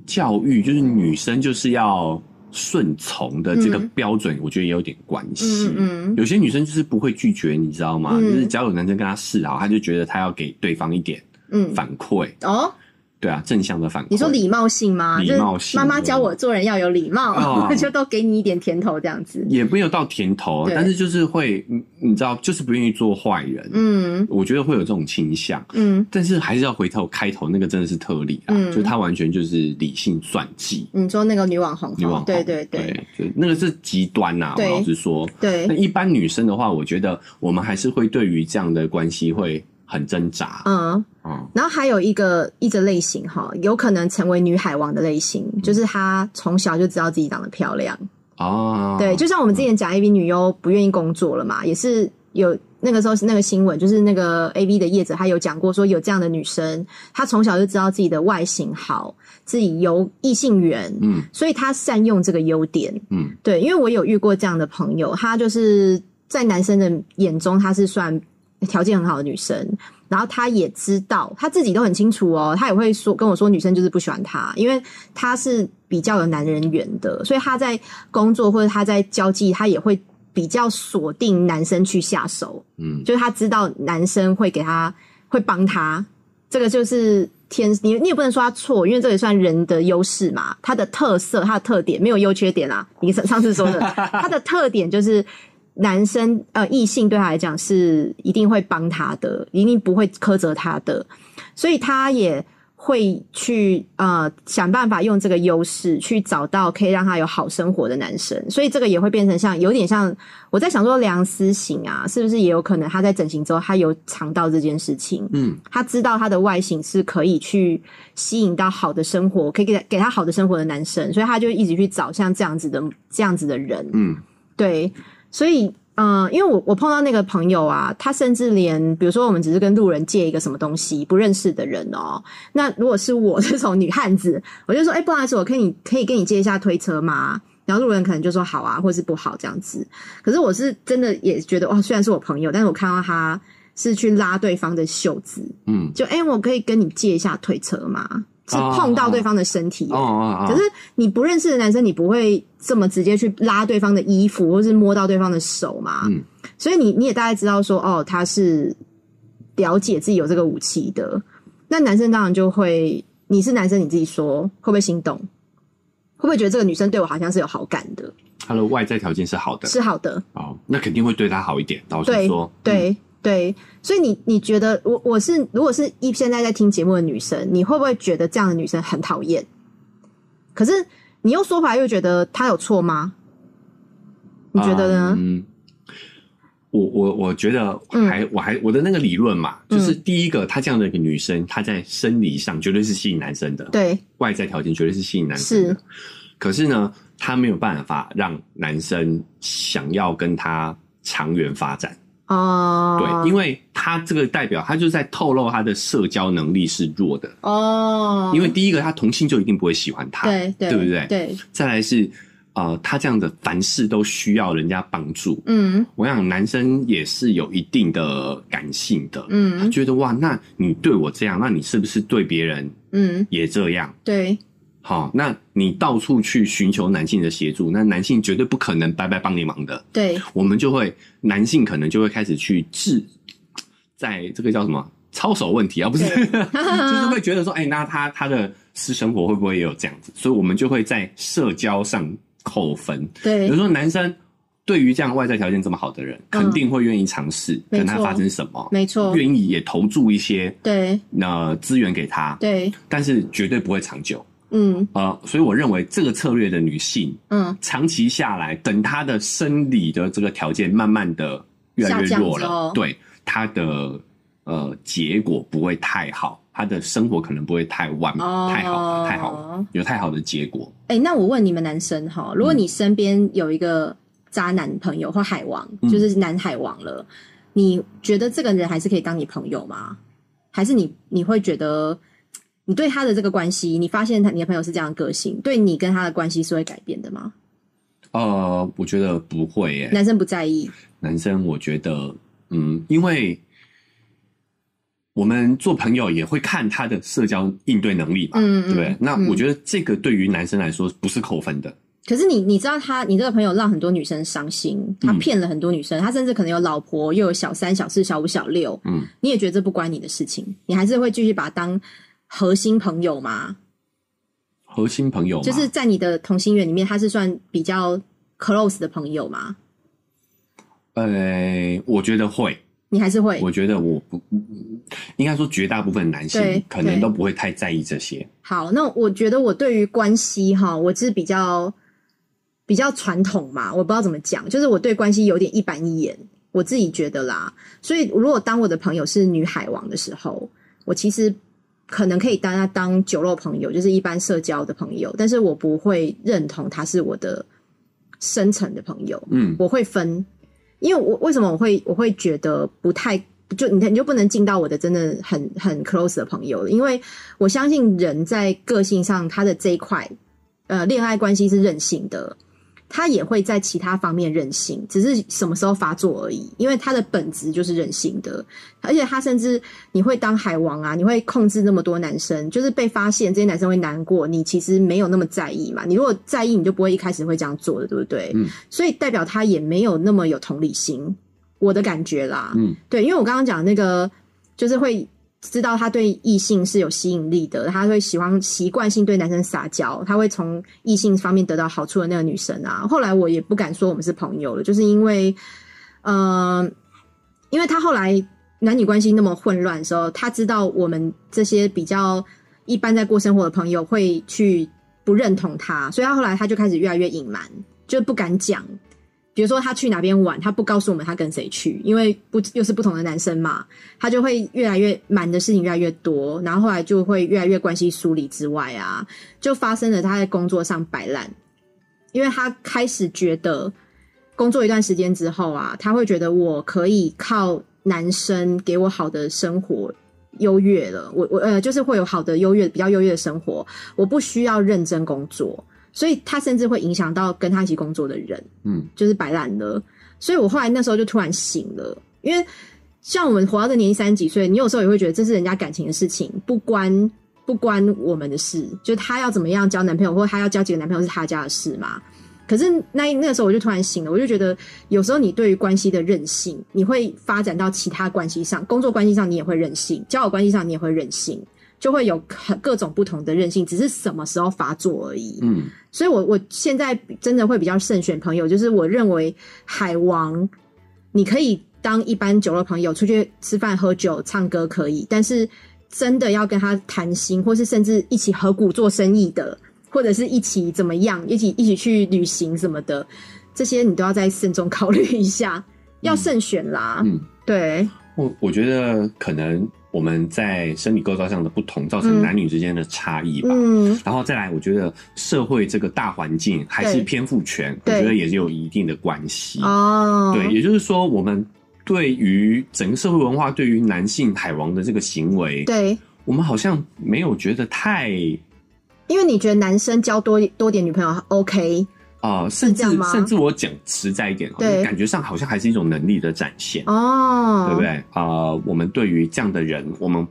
[SPEAKER 2] 教育，就是女生就是要顺从的这个
[SPEAKER 1] 嗯
[SPEAKER 2] 标准，我觉得也有点关系。
[SPEAKER 1] 嗯嗯
[SPEAKER 2] 有些女生就是不会拒绝，你知道吗？
[SPEAKER 1] 嗯
[SPEAKER 2] 就是只要有男生跟她示好，她就觉得她要给对方一点
[SPEAKER 1] 嗯，
[SPEAKER 2] 反馈，
[SPEAKER 1] 哦，
[SPEAKER 2] 对啊，正向的反馈。
[SPEAKER 1] 你说礼貌性吗？
[SPEAKER 2] 礼貌性
[SPEAKER 1] 就是妈妈教我做人要有礼貌，
[SPEAKER 2] 哦
[SPEAKER 1] 就都给你一点甜头这样子。
[SPEAKER 2] 也没有到甜头，
[SPEAKER 1] 对
[SPEAKER 2] 但是就是会，你你知道，就是不愿意做坏人。
[SPEAKER 1] 嗯
[SPEAKER 2] 我觉得会有这种倾向。
[SPEAKER 1] 嗯
[SPEAKER 2] 但是还是要回头开头那个真的是特例啊，
[SPEAKER 1] 嗯
[SPEAKER 2] 就他完全就是理性算计，
[SPEAKER 1] 你说那个女网红哈，
[SPEAKER 2] 女网红
[SPEAKER 1] 对对对
[SPEAKER 2] 对就那个是极端呐、我
[SPEAKER 1] 对
[SPEAKER 2] 老实说，那
[SPEAKER 1] 对，
[SPEAKER 2] 一般女生的话，我觉得我们还是会对于这样的关系会很挣扎
[SPEAKER 1] 嗯。
[SPEAKER 2] 嗯
[SPEAKER 1] 然后还有一个一个类型哈，有可能成为女海王的类型，
[SPEAKER 2] 嗯
[SPEAKER 1] 就是她从小就知道自己长得漂亮。
[SPEAKER 2] 哦，
[SPEAKER 1] 对，就像我们之前讲 A V 女优不愿意工作了嘛，也是有那个时候是那个新闻，就是那个 A V 的业者，他有讲过说有这样的女生，她从小就知道自己的外形好，自己有异性缘，
[SPEAKER 2] 嗯
[SPEAKER 1] 所以她善用这个优点。
[SPEAKER 2] 嗯
[SPEAKER 1] 对，因为我有遇过这样的朋友，她就是在男生的眼中，她是算条件很好的女生。然后她也知道，她自己都很清楚哦，她也会说跟我说，女生就是不喜欢她，因为她是比较有男人缘的，所以她在工作或者她在交际，她也会比较锁定男生去下手。
[SPEAKER 2] 嗯，
[SPEAKER 1] 就是他知道男生会给他会帮他，这个就是天，你你也不能说他错，因为这也算人的优势嘛，他的特色，他的特点没有优缺点啊。你上上次说的，他的特点就是。男生呃，异性对他来讲是一定会帮他的，一定不会苛责他的，所以他也会去呃想办法用这个优势去找到可以让他有好生活的男生，所以这个也会变成像有点像我在想说梁思行啊，是不是也有可能他在整形之后他有尝到这件事情，
[SPEAKER 2] 嗯，
[SPEAKER 1] 他知道他的外形是可以去吸引到好的生活，可以给他给他好的生活的男生，所以他就一直去找像这样子的这样子的人，
[SPEAKER 2] 嗯
[SPEAKER 1] 对，所以。嗯，因为我我碰到那个朋友啊，他甚至连比如说我们只是跟路人借一个什么东西，不认识的人哦，那如果是我这种女汉子，我就说，哎、不好意思，我可以可以跟你借一下推车吗？然后路人可能就说好啊，或是不好这样子。可是我是真的也觉得哇，哦虽然是我朋友，但是我看到他是去拉对方的袖子，
[SPEAKER 2] 嗯
[SPEAKER 1] 就哎、诶我可以跟你借一下推车吗？是碰到对方的身体、
[SPEAKER 2] 哦哦
[SPEAKER 1] 可
[SPEAKER 2] 哦，
[SPEAKER 1] 是你不认识的男生，你不会这么直接去拉对方的衣服，或是摸到对方的手嘛？
[SPEAKER 2] 嗯，
[SPEAKER 1] 所以你你也大概知道说，哦，他是了解自己有这个武器的。那男生当然就会，你是男生，你自己说会不会心动？会不会觉得这个女生对我好像是有好感的，
[SPEAKER 2] 他的外在条件是好的
[SPEAKER 1] 是好的？
[SPEAKER 2] 哦，那肯定会对他好一点。老实
[SPEAKER 1] 对
[SPEAKER 2] 说，嗯，
[SPEAKER 1] 对、对，所以你你觉得我我是如果是一现在在听节目的女生，你会不会觉得这样的女生很讨厌？可是你又说回来又觉得她有错吗？你觉得呢？
[SPEAKER 2] 嗯，我我我觉得
[SPEAKER 1] 嗯
[SPEAKER 2] 还、我还我的那个理论嘛，就是
[SPEAKER 1] 嗯
[SPEAKER 2] 第一个，她这样的一个女生，她在生理上绝对是吸引男生的，
[SPEAKER 1] 对
[SPEAKER 2] 外在条件绝对是吸引男生的
[SPEAKER 1] 是。
[SPEAKER 2] 可是呢，她没有办法让男生想要跟她长远发展，
[SPEAKER 1] 哦，
[SPEAKER 2] 对，因
[SPEAKER 1] 为
[SPEAKER 2] 为她这个代表，她就是在透露她的社交能力是弱的。
[SPEAKER 1] 哦，
[SPEAKER 2] 因为第一个，她同性就一定不会喜欢她，
[SPEAKER 1] 对对
[SPEAKER 2] 对不对
[SPEAKER 1] 对，
[SPEAKER 2] 再来是，呃，她这样的凡事都需要人家帮助，
[SPEAKER 1] 嗯
[SPEAKER 2] 我想男生也是有一定的感性的，他
[SPEAKER 1] 嗯
[SPEAKER 2] 觉得哇，那你对我这样，那你是不是对别人
[SPEAKER 1] 嗯，
[SPEAKER 2] 也这样？
[SPEAKER 1] 对
[SPEAKER 2] 好，那你到处去寻求男性的协助，那男性绝对不可能白白帮你忙的，
[SPEAKER 1] 对
[SPEAKER 2] 我们就会男性可能就会开始去治，在这个叫什么操守问题啊，不是， 就是会觉得说，哎、那他他的私生活会不会也有这样子？所以我们就会在社交上扣分，比如
[SPEAKER 1] 对嗯
[SPEAKER 2] 说男生对于这样外在条件这么好的人，肯定会愿意尝试
[SPEAKER 1] 没
[SPEAKER 2] 跟他
[SPEAKER 1] 错
[SPEAKER 2] 发生什么，
[SPEAKER 1] 没错，
[SPEAKER 2] 愿意也投注一些
[SPEAKER 1] 对
[SPEAKER 2] 呃资源给他，
[SPEAKER 1] 对，
[SPEAKER 2] 但是绝对不会长久。
[SPEAKER 1] 嗯
[SPEAKER 2] 呃，所以我认为这个策略的女性，
[SPEAKER 1] 嗯，
[SPEAKER 2] 长期下来，等她的生理的这个条件慢慢的越来越
[SPEAKER 1] 下降
[SPEAKER 2] 弱
[SPEAKER 1] 之
[SPEAKER 2] 了，
[SPEAKER 1] 后
[SPEAKER 2] 对她的呃结果不会太好，她的生活可能不会太完、
[SPEAKER 1] 哦，
[SPEAKER 2] 太好太好有太好的结果。
[SPEAKER 1] 哎、那我问你们男生哈，如果
[SPEAKER 2] 嗯
[SPEAKER 1] 你身边有一个渣男朋友或海王，
[SPEAKER 2] 嗯
[SPEAKER 1] 就是男海王了，你觉得这个人还是可以当你朋友吗？还是你你会觉得你对他的这个关系，你发现他你的朋友是这样的个性，对你跟他的关系是会改变的吗？
[SPEAKER 2] 呃，我觉得不会耶、
[SPEAKER 1] 男生不在意，
[SPEAKER 2] 男生，我觉得，嗯，因为我们做朋友也会看他的社交应对能力嘛，
[SPEAKER 1] 嗯
[SPEAKER 2] 对不对
[SPEAKER 1] 嗯？
[SPEAKER 2] 那我
[SPEAKER 1] 嗯
[SPEAKER 2] 觉得这个对于男生来说不是扣分的，
[SPEAKER 1] 可是你你知道他，你这个朋友让很多女生伤心，他
[SPEAKER 2] 嗯
[SPEAKER 1] 骗了很多女生，他甚至可能有老婆，又有小三、小四、小五、小六，
[SPEAKER 2] 嗯，
[SPEAKER 1] 你也觉得这不关你的事情，你还是会继续把他当核心朋友吗？
[SPEAKER 2] 核心朋友嘛
[SPEAKER 1] 就是在你的同心圆里面，他是算比较 close 的朋友嘛？
[SPEAKER 2] 呃，我觉得会，
[SPEAKER 1] 你还是会
[SPEAKER 2] 我觉得我不，嗯应该说绝大部分男
[SPEAKER 1] 对
[SPEAKER 2] 性可能
[SPEAKER 1] 对
[SPEAKER 2] 都不会太在意这些，
[SPEAKER 1] 好？那我觉得我对于关系哈，我是比较比较传统嘛，我不知道怎么讲，就是我对关系有点一板一眼，我自己觉得啦。所以如果当我的朋友是女海王的时候，我其实可能可以当他当酒肉朋友，就是一般社交的朋友，但是我不会认同他是我的深层的朋友。
[SPEAKER 2] 嗯
[SPEAKER 1] 我会分，因为我为什么我会我会觉得不太就你你就不能进到我的真的很很 close 的朋友了，因为我相信人在个性上他的这一块，呃，恋爱关系是任性的，他也会在其他方面任性，只是什么时候发作而已，因为他的本质就是任性的，而且他甚至你会当海王啊，你会控制那么多男生，就是被发现这些男生会难过，你其实没有那么在意嘛，你如果在意，你就不会一开始会这样做的，对不对？所以代表他也没有那么有同理心，我的感觉啦。
[SPEAKER 2] 嗯，
[SPEAKER 1] 对，因为我刚刚讲那个，就是会知道他对异性是有吸引力的，他会喜欢习惯性对男生撒娇，他会从异性方面得到好处的那个女生啊。后来我也不敢说我们是朋友了，就是因为，嗯、因为他后来男女关系那么混乱的时候，他知道我们这些比较一般在过生活的朋友会去不认同他，所以他后来他就开始越来越隐瞒，就不敢讲。比如说他去哪边玩，他不告诉我们他跟谁去，因为不又是不同的男生嘛，他就会越来越瞒的事情越来越多，然后后来就会越来越关系疏离之外啊，就发生了他在工作上摆烂，因为他开始觉得工作一段时间之后啊，他会觉得我可以靠男生给我好的生活优越了，我我呃就是会有好的优越比较优越的生活，我不需要认真工作，所以他甚至会影响到跟他一起工作的人。
[SPEAKER 2] 嗯
[SPEAKER 1] 就是摆烂了。所以我后来那时候就突然醒了，因为像我们活到这年纪三十几岁，你有时候也会觉得这是人家感情的事情，不关不关我们的事，就她要怎么样交男朋友，或她要交几个男朋友是她家的事嘛。可是那那个时候我就突然醒了，我就觉得有时候你对于关系的任性，你会发展到其他关系上，工作关系上你也会任性，交友关系上你也会任性，就会有很各种不同的任性，只是什么时候发作而已。
[SPEAKER 2] 嗯，
[SPEAKER 1] 所以我我现在真的会比较慎选朋友，就是我认为海王，你可以当一般酒肉朋友，出去吃饭、喝酒、唱歌可以，但是真的要跟他谈心，或是甚至一起合股做生意的，或者是一起怎么样，一起一起去旅行什么的，这些你都要再慎重考虑一下，要慎选啦。
[SPEAKER 2] 嗯
[SPEAKER 1] 对，
[SPEAKER 2] 我我觉得可能我们在生理构造上的不同，造成
[SPEAKER 1] 嗯
[SPEAKER 2] 男女之间的差异吧。
[SPEAKER 1] 嗯，
[SPEAKER 2] 然后再来，我觉得社会这个大环境还是
[SPEAKER 1] 对
[SPEAKER 2] 偏父权，我
[SPEAKER 1] 对
[SPEAKER 2] 觉得也是有一定的关系。
[SPEAKER 1] 哦，
[SPEAKER 2] 对，也就是说，我们对于整个社会文化对于男性海王的这个行为，
[SPEAKER 1] 对，
[SPEAKER 2] 我们好像没有觉得太
[SPEAKER 1] 因为你觉得男生交多多点女朋友 OK，
[SPEAKER 2] 啊、呃甚
[SPEAKER 1] 这
[SPEAKER 2] 至
[SPEAKER 1] 样吗
[SPEAKER 2] 甚至我讲实在一点，好像
[SPEAKER 1] 对
[SPEAKER 2] 感觉上好像还是一种能力的展现，
[SPEAKER 1] 哦，
[SPEAKER 2] 对不对？啊、我们对于这样的人，我们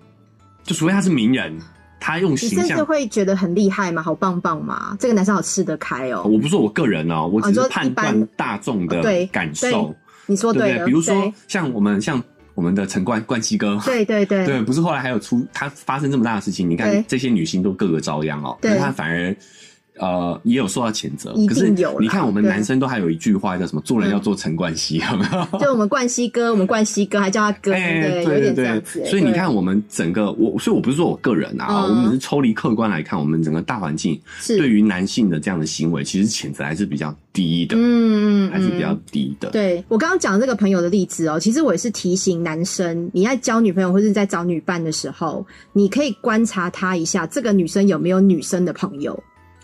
[SPEAKER 2] 就除非他是名人，他用
[SPEAKER 1] 你
[SPEAKER 2] 形
[SPEAKER 1] 甚至
[SPEAKER 2] 象。
[SPEAKER 1] 会觉得很厉害嘛，好棒棒嘛，这个男生好吃得开哦。
[SPEAKER 2] 我不是说我个人哦，我只
[SPEAKER 1] 哦
[SPEAKER 2] 是
[SPEAKER 1] 你说一
[SPEAKER 2] 判
[SPEAKER 1] 般
[SPEAKER 2] 断大众
[SPEAKER 1] 哦
[SPEAKER 2] 的
[SPEAKER 1] 对
[SPEAKER 2] 感
[SPEAKER 1] 对
[SPEAKER 2] 受，
[SPEAKER 1] 你说
[SPEAKER 2] 对不
[SPEAKER 1] 了，
[SPEAKER 2] 比如说
[SPEAKER 1] 哦对
[SPEAKER 2] 像我们像我们的陈冠冠希哥，
[SPEAKER 1] 对对对
[SPEAKER 2] 对，不是后来还有出他发生这么大的事情，你看
[SPEAKER 1] 对
[SPEAKER 2] 这些女星都各个遭殃哦，
[SPEAKER 1] 对
[SPEAKER 2] 可是他反而。呃，也有受到谴责
[SPEAKER 1] 一，定
[SPEAKER 2] 可是
[SPEAKER 1] 有啦
[SPEAKER 2] 你看，我们
[SPEAKER 1] 对
[SPEAKER 2] 男生都还有一句话叫什么？做人
[SPEAKER 1] 嗯
[SPEAKER 2] 要做陈冠希，有没有？
[SPEAKER 1] 就我们冠希哥，我们冠希哥还叫他哥，
[SPEAKER 2] 哎，
[SPEAKER 1] 对不有
[SPEAKER 2] 对
[SPEAKER 1] 点这
[SPEAKER 2] 对
[SPEAKER 1] 样子。，哎
[SPEAKER 2] 所以你
[SPEAKER 1] 对
[SPEAKER 2] 看，我们整个我，所以我不是说我个人啊，
[SPEAKER 1] 嗯
[SPEAKER 2] 我们只是抽离客观来看，我们整个大环境
[SPEAKER 1] 是
[SPEAKER 2] 对于男性的这样的行为，其实谴责还是比较低的，
[SPEAKER 1] 嗯嗯嗯，
[SPEAKER 2] 还是比较低的。
[SPEAKER 1] 对我刚刚讲这个朋友的例子哦，其实我也是提醒男生，你在交女朋友或是在找女伴的时候，你可以观察她一下，这个女生有没有女生的朋友。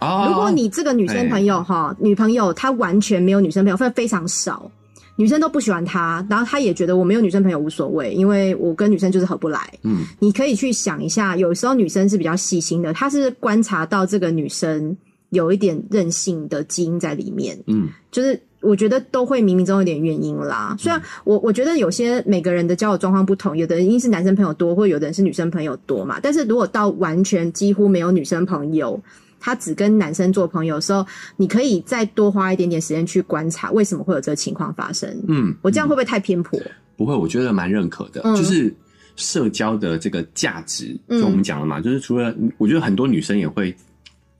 [SPEAKER 2] 哦
[SPEAKER 1] 如果你这个女生朋友哈，女朋友她完全没有女生朋友，非非常少，女生都不喜欢她，然后她也觉得我没有女生朋友无所谓，因为我跟女生就是合不来。
[SPEAKER 2] 嗯，
[SPEAKER 1] 你可以去想一下，有时候女生是比较细心的，她是观察到这个女生有一点任性的基因在里面，
[SPEAKER 2] 嗯
[SPEAKER 1] 就是。我觉得都会冥冥中有点原因啦。虽然我我觉得有些每个人的交友状况不同，有的人一定是男生朋友多，或有的人是女生朋友多嘛。但是如果到完全几乎没有女生朋友，他只跟男生做朋友的时候，你可以再多花一点点时间去观察为什么会有这个情况发生。
[SPEAKER 2] 嗯，
[SPEAKER 1] 我这样会不会太偏颇？
[SPEAKER 2] 不会，我觉得蛮认可的，
[SPEAKER 1] 嗯
[SPEAKER 2] 就是社交的这个价值，
[SPEAKER 1] 嗯
[SPEAKER 2] 就我们讲了嘛，就是除了我觉得很多女生也会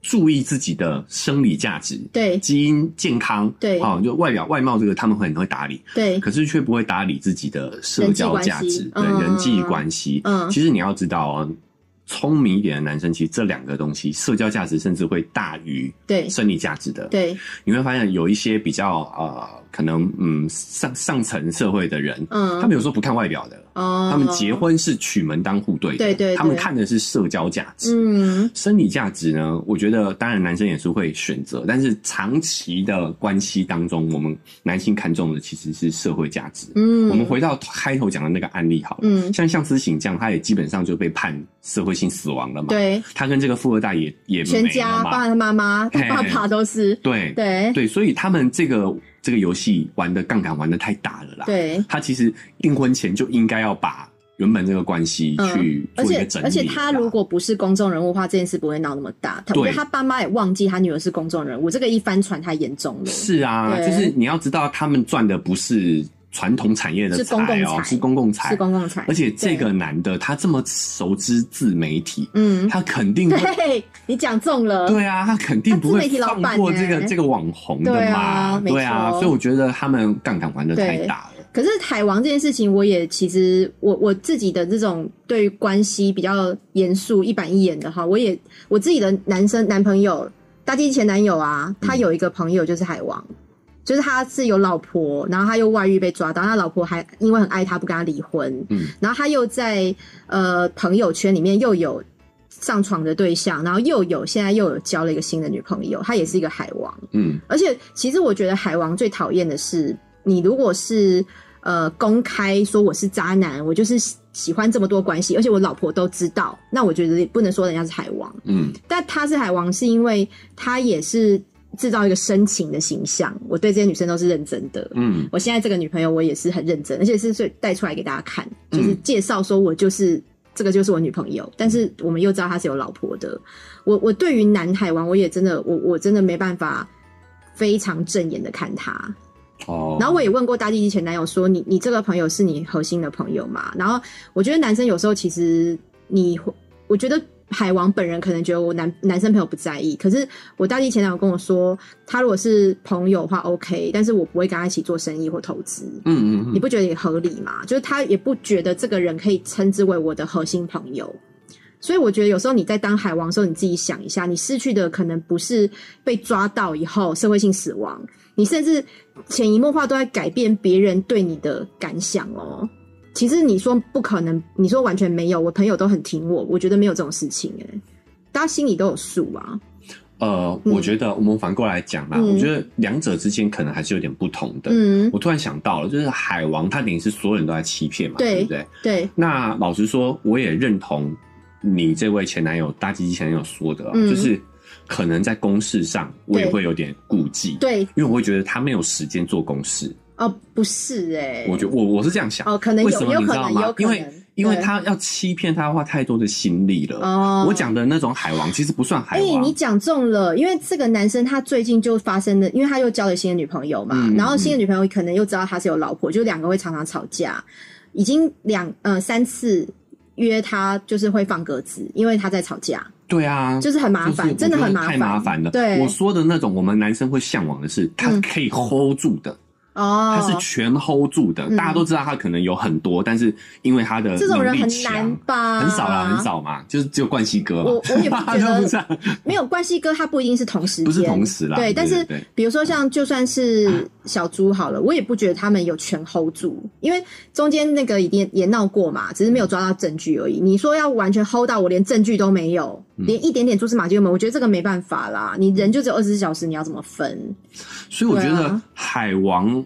[SPEAKER 2] 注意自己的生理价值、
[SPEAKER 1] 对
[SPEAKER 2] 基因健康，
[SPEAKER 1] 对
[SPEAKER 2] 哦，就外表外貌这个他们很会打理，
[SPEAKER 1] 对，
[SPEAKER 2] 可是却不会打理自己的社交价值，
[SPEAKER 1] 人际关系嗯
[SPEAKER 2] 对人际关系。
[SPEAKER 1] 嗯
[SPEAKER 2] 其实你要知道哦，聪明一点的男生，其实这两个东西，社交价值甚至会大于
[SPEAKER 1] 对
[SPEAKER 2] 生理价值的，
[SPEAKER 1] 对，
[SPEAKER 2] 你会发现有一些比较呃，可能嗯上上层社会的人，
[SPEAKER 1] 嗯
[SPEAKER 2] 他们有时候不看外表的，
[SPEAKER 1] 哦，
[SPEAKER 2] 他们结，婚是取门当户对的，
[SPEAKER 1] 对对对
[SPEAKER 2] 他们看的是社交价值。
[SPEAKER 1] 嗯，
[SPEAKER 2] 生理价值呢？我觉得当然男生也是会选择，但是长期的关系当中，我们男性看重的其实是社会价值。
[SPEAKER 1] 嗯，
[SPEAKER 2] 我们回到开头讲的那个案例好了，
[SPEAKER 1] 嗯
[SPEAKER 2] 像向思行这样，他也基本上就被判社会性死亡了嘛。，
[SPEAKER 1] 对
[SPEAKER 2] 他跟这个富二代也也
[SPEAKER 1] 全
[SPEAKER 2] 没
[SPEAKER 1] 家，
[SPEAKER 2] 了
[SPEAKER 1] 爸
[SPEAKER 2] 嘛。
[SPEAKER 1] 爸妈妈、他爸爸都是，
[SPEAKER 2] 对
[SPEAKER 1] 对
[SPEAKER 2] 对，所以他们这个这个游戏玩的杠杆玩的太大了啦。，
[SPEAKER 1] 对，
[SPEAKER 2] 他其实订婚前就应该要把原本这个关系去
[SPEAKER 1] 嗯而
[SPEAKER 2] 做一个
[SPEAKER 1] 且
[SPEAKER 2] 整理、
[SPEAKER 1] 而且他如果不是公众人物的话，这件事不会闹那么大。他
[SPEAKER 2] 对
[SPEAKER 1] 我觉得他爸妈也忘记他女儿是公众人物，这个一翻船太严重了。
[SPEAKER 2] 是啊，
[SPEAKER 1] 对
[SPEAKER 2] 就是你要知道，他们赚的不是传统产业的
[SPEAKER 1] 是
[SPEAKER 2] 财
[SPEAKER 1] 公共
[SPEAKER 2] 哦，
[SPEAKER 1] 财
[SPEAKER 2] 是公共财，
[SPEAKER 1] 是公共财
[SPEAKER 2] 而，且这
[SPEAKER 1] 对
[SPEAKER 2] 个男的他这么熟知自媒体，
[SPEAKER 1] 嗯，
[SPEAKER 2] 他肯定会。
[SPEAKER 1] 对你讲中了，
[SPEAKER 2] 对啊，他肯定不会
[SPEAKER 1] 他自媒体老
[SPEAKER 2] 放
[SPEAKER 1] 板
[SPEAKER 2] 过这个
[SPEAKER 1] 欸
[SPEAKER 2] 这个网红的
[SPEAKER 1] 对
[SPEAKER 2] 嘛，
[SPEAKER 1] 啊没
[SPEAKER 2] 对啊，
[SPEAKER 1] 错
[SPEAKER 2] 所以我觉得他们杠杆玩的太
[SPEAKER 1] 对
[SPEAKER 2] 大了，
[SPEAKER 1] 可是海王这件事情，我也其实我我自己的这种对于关系比较严肃、一板一眼的哈，我也我自己的男生男朋友，大地前男友啊，他有一个朋友就是海王，就是他是有老婆，然后他又外遇被抓到，他老婆还因为很爱他不跟他离婚，
[SPEAKER 2] 嗯，
[SPEAKER 1] 然后他又在呃朋友圈里面又有上床的对象，然后又有现在又有交了一个新的女朋友，他也是一个海王。
[SPEAKER 2] 嗯
[SPEAKER 1] 而且，其实我觉得海王最讨厌的是，你如果是呃公开说我是渣男，我就是喜喜欢这么多关系，而且我老婆都知道，那我觉得也不能说人家是海王。
[SPEAKER 2] 嗯，
[SPEAKER 1] 但他是海王，是因为他也是制造一个深情的形象，我对这些女生都是认真的。
[SPEAKER 2] 嗯，
[SPEAKER 1] 我现在这个女朋友，我也是很认真，而且是最带出来给大家看，就是
[SPEAKER 2] 嗯
[SPEAKER 1] 介绍说我就是这个就是我女朋友，但是我们又知道他是有老婆的。我我对于南海王，我也真的我我真的没办法非常正眼的看他。
[SPEAKER 2] 哦，
[SPEAKER 1] 然后我也问过大地基前男友说，你你这个朋友是你核心的朋友吗？然后我觉得男生有时候其实你会，我觉得海王本人可能觉得我男男生朋友不在意，可是我大地前男友跟我说，他如果是朋友的话 OK，但是我不会跟他一起做生意或投资。
[SPEAKER 2] 嗯嗯
[SPEAKER 1] 你
[SPEAKER 2] 嗯，
[SPEAKER 1] 不觉得也合理吗？就是他也不觉得这个人可以称之为我的核心朋友，所以我觉得有时候你在当海王的时候，你自己想一下，你失去的可能不是被抓到以后社会性死亡，你甚至潜移默化都在改变别人对你的感想哦。其实你说不可能，你说完全没有，我朋友都很挺我，我觉得没有这种事情诶、大家心里都有数啊。
[SPEAKER 2] 呃，
[SPEAKER 1] 嗯
[SPEAKER 2] 我觉得我们反过来讲啦，
[SPEAKER 1] 嗯
[SPEAKER 2] 我觉得两者之间可能还是有点不同的。
[SPEAKER 1] 嗯，
[SPEAKER 2] 我突然想到了，就是海王他等于是所有人都在欺骗嘛，
[SPEAKER 1] 对
[SPEAKER 2] 对不对？
[SPEAKER 1] 对，
[SPEAKER 2] 那老实说，我也认同你这位前男友大鸡鸡前男友说的啊、
[SPEAKER 1] 嗯
[SPEAKER 2] 就是可能在公事上我也
[SPEAKER 1] 对
[SPEAKER 2] 会有点顾忌，
[SPEAKER 1] 对，
[SPEAKER 2] 因为我会觉得他没有时间做公事。
[SPEAKER 1] 哦，不是诶、
[SPEAKER 2] 我觉得我我是这样想，
[SPEAKER 1] 哦，可能有，
[SPEAKER 2] 为什么
[SPEAKER 1] 有
[SPEAKER 2] 你知
[SPEAKER 1] 可
[SPEAKER 2] 道
[SPEAKER 1] 能，有
[SPEAKER 2] 吗？
[SPEAKER 1] 可
[SPEAKER 2] 因
[SPEAKER 1] 能，
[SPEAKER 2] 为因为
[SPEAKER 1] 对
[SPEAKER 2] 他要欺骗他花太多的心力了。
[SPEAKER 1] 哦，
[SPEAKER 2] 我讲的那种海王其实不算海
[SPEAKER 1] 哎、
[SPEAKER 2] 王，
[SPEAKER 1] 你讲中了，因为这个男生他最近就发生的，因为他又交了新的女朋友嘛，
[SPEAKER 2] 嗯
[SPEAKER 1] 然后新的
[SPEAKER 2] 嗯
[SPEAKER 1] 女朋友可能又知道他是有老婆，就两个会常常吵架，已经两呃三次约他就是会放鸽子，因为他在吵架，
[SPEAKER 2] 对啊，
[SPEAKER 1] 就是很麻
[SPEAKER 2] 就是
[SPEAKER 1] 烦，
[SPEAKER 2] 我
[SPEAKER 1] 真的
[SPEAKER 2] 觉得
[SPEAKER 1] 很麻
[SPEAKER 2] 太
[SPEAKER 1] 烦，
[SPEAKER 2] 麻烦了。
[SPEAKER 1] 对
[SPEAKER 2] 我说的那种，我们男生会向往的是，他
[SPEAKER 1] 嗯
[SPEAKER 2] 可以 hold 住的，他是
[SPEAKER 1] 哦，
[SPEAKER 2] 全 hold 住的。
[SPEAKER 1] 嗯
[SPEAKER 2] 大家都知道他可能有很多，但是因为他的
[SPEAKER 1] 这种人
[SPEAKER 2] 能
[SPEAKER 1] 很
[SPEAKER 2] 力强
[SPEAKER 1] 难吧？
[SPEAKER 2] 很少啦，很。少嘛，就是只有冠希哥嘛。
[SPEAKER 1] 我我也不觉得
[SPEAKER 2] 不是啊
[SPEAKER 1] 没有关系，哥他不一定是同时间，
[SPEAKER 2] 不是同时啦
[SPEAKER 1] 对，
[SPEAKER 2] 对
[SPEAKER 1] 但是
[SPEAKER 2] 对对
[SPEAKER 1] 比如说像就算是小猪好了，我也不觉得他们有全 hold 住，因为中间那个一定也闹过嘛，只是没有抓到证据而已。你说要完全 hold 到我连证据都没有，
[SPEAKER 2] 嗯
[SPEAKER 1] 连一点点蛛丝马迹都没有，我觉得这个没办法啦。你人就只有二十四小时，你要怎么分？
[SPEAKER 2] 所以我觉
[SPEAKER 1] 对
[SPEAKER 2] 得
[SPEAKER 1] 啊
[SPEAKER 2] 海王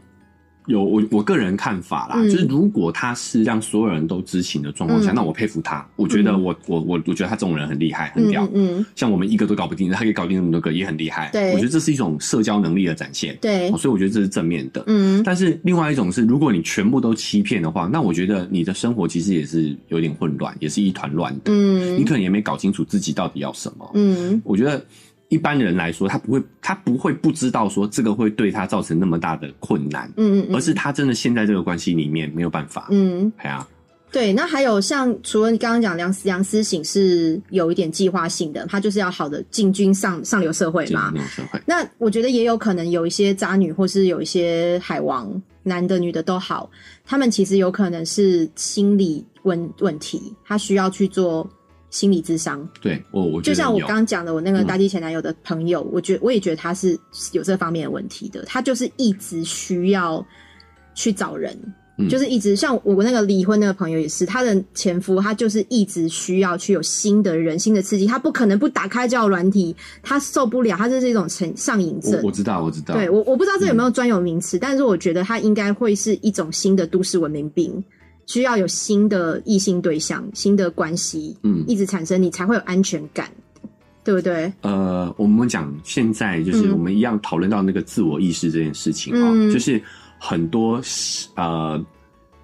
[SPEAKER 2] 有我我个人看法啦，
[SPEAKER 1] 嗯
[SPEAKER 2] 就是如果他是让所有人都知情的状况下，
[SPEAKER 1] 嗯
[SPEAKER 2] 那我佩服他，我觉得
[SPEAKER 1] 嗯
[SPEAKER 2] 我、我我我觉得他这种人很厉害，很
[SPEAKER 1] 嗯
[SPEAKER 2] 屌。
[SPEAKER 1] 嗯嗯，
[SPEAKER 2] 像我们一个都搞不定，他可以搞定那么多个，也很厉害。
[SPEAKER 1] 对
[SPEAKER 2] 我觉得这是一种社交能力的展现，
[SPEAKER 1] 对
[SPEAKER 2] 哦，所以我觉得这是正面的。
[SPEAKER 1] 嗯
[SPEAKER 2] 但是另外一种是，如果你全部都欺骗的话，那我觉得你的生活其实也是有点混乱，也是一团乱的。你
[SPEAKER 1] 嗯
[SPEAKER 2] 可能也没搞清楚自己到底要什么。
[SPEAKER 1] 嗯，
[SPEAKER 2] 我觉得一般人来说，他不会，他不会不知道说这个会对他造成那么大的困难，
[SPEAKER 1] 嗯
[SPEAKER 2] 而
[SPEAKER 1] 嗯
[SPEAKER 2] 是他真的陷在这个关系里面没有办法。
[SPEAKER 1] 嗯。
[SPEAKER 2] 哎呀、
[SPEAKER 1] 对，那还有像除了你刚刚讲梁思梁思醒是有一点计划性的，他就是要好的进军上上流社会
[SPEAKER 2] 这
[SPEAKER 1] 嘛
[SPEAKER 2] 种，那种社会，
[SPEAKER 1] 那我觉得也有可能有一些渣女，或是有一些海王，男的女的都好，他们其实有可能是心理问问题，他需要去做心理智商。
[SPEAKER 2] 对我我觉
[SPEAKER 1] 就
[SPEAKER 2] 得
[SPEAKER 1] 像我
[SPEAKER 2] 有
[SPEAKER 1] 刚刚讲的，我那个
[SPEAKER 2] 嗯
[SPEAKER 1] 大地前男友的朋友，我觉我也觉得他是有这方面的问题的，他就是一直需要去找人。
[SPEAKER 2] 嗯
[SPEAKER 1] 就是一直像我那个离婚那个朋友也是，她的前夫他就是一直需要去有新的人、新的刺激，他不可能不打开交友软体，他受不了，他这是一种成上瘾症
[SPEAKER 2] 我。我知道我知道，嗯
[SPEAKER 1] 对我我不知道这有没有专有名词，但是我觉得它应该会是一种新的都市文明病，需要有新的异性对象、新的关系，
[SPEAKER 2] 嗯
[SPEAKER 1] 一直产生，你才会有安全感，对不对？
[SPEAKER 2] 呃，我们讲现在就是
[SPEAKER 1] 嗯
[SPEAKER 2] 我们一样讨论到那个自我意识这件事情哦，
[SPEAKER 1] 嗯
[SPEAKER 2] 就是很多呃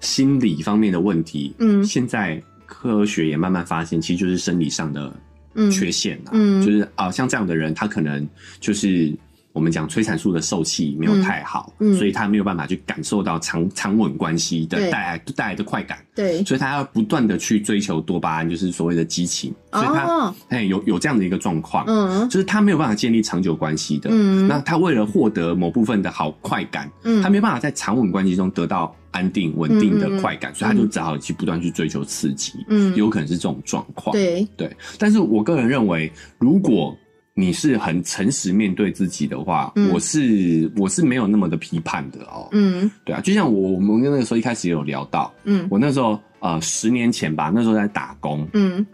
[SPEAKER 2] 心理方面的问题，
[SPEAKER 1] 嗯
[SPEAKER 2] 现在科学也慢慢发现，其实就是生理上的
[SPEAKER 1] 嗯
[SPEAKER 2] 缺陷啊，
[SPEAKER 1] 嗯
[SPEAKER 2] 就是啊、像这样的人，他可能就是。我们讲催产素的受气没有太好，
[SPEAKER 1] 嗯嗯
[SPEAKER 2] 所以他没有办法去感受到长长稳关系的
[SPEAKER 1] 对
[SPEAKER 2] 带来带来的快感，
[SPEAKER 1] 对，
[SPEAKER 2] 所以他要不断的去追求多巴胺，就是所谓的激情，所以他
[SPEAKER 1] 哦，
[SPEAKER 2] 哎、有有这样的一个状况，
[SPEAKER 1] 嗯
[SPEAKER 2] 就是他没有办法建立长久关系的。
[SPEAKER 1] 嗯
[SPEAKER 2] 那他为了获得某部分的好快感，
[SPEAKER 1] 嗯，
[SPEAKER 2] 他没办法在长稳关系中得到安定稳定
[SPEAKER 1] 嗯嗯嗯
[SPEAKER 2] 的快感，所以他就只好去不断去追求刺激，
[SPEAKER 1] 嗯
[SPEAKER 2] 有可能是这种状况。
[SPEAKER 1] 对，
[SPEAKER 2] 对，但是我个人认为，如果你是很诚实面对自己的话，
[SPEAKER 1] 嗯
[SPEAKER 2] 我是我是没有那么的批判的哦。
[SPEAKER 1] 嗯
[SPEAKER 2] 对啊，就像我我们那个时候一开始也有聊到，
[SPEAKER 1] 嗯
[SPEAKER 2] 我那时候呃十年前吧，那时候在打工，
[SPEAKER 1] 嗯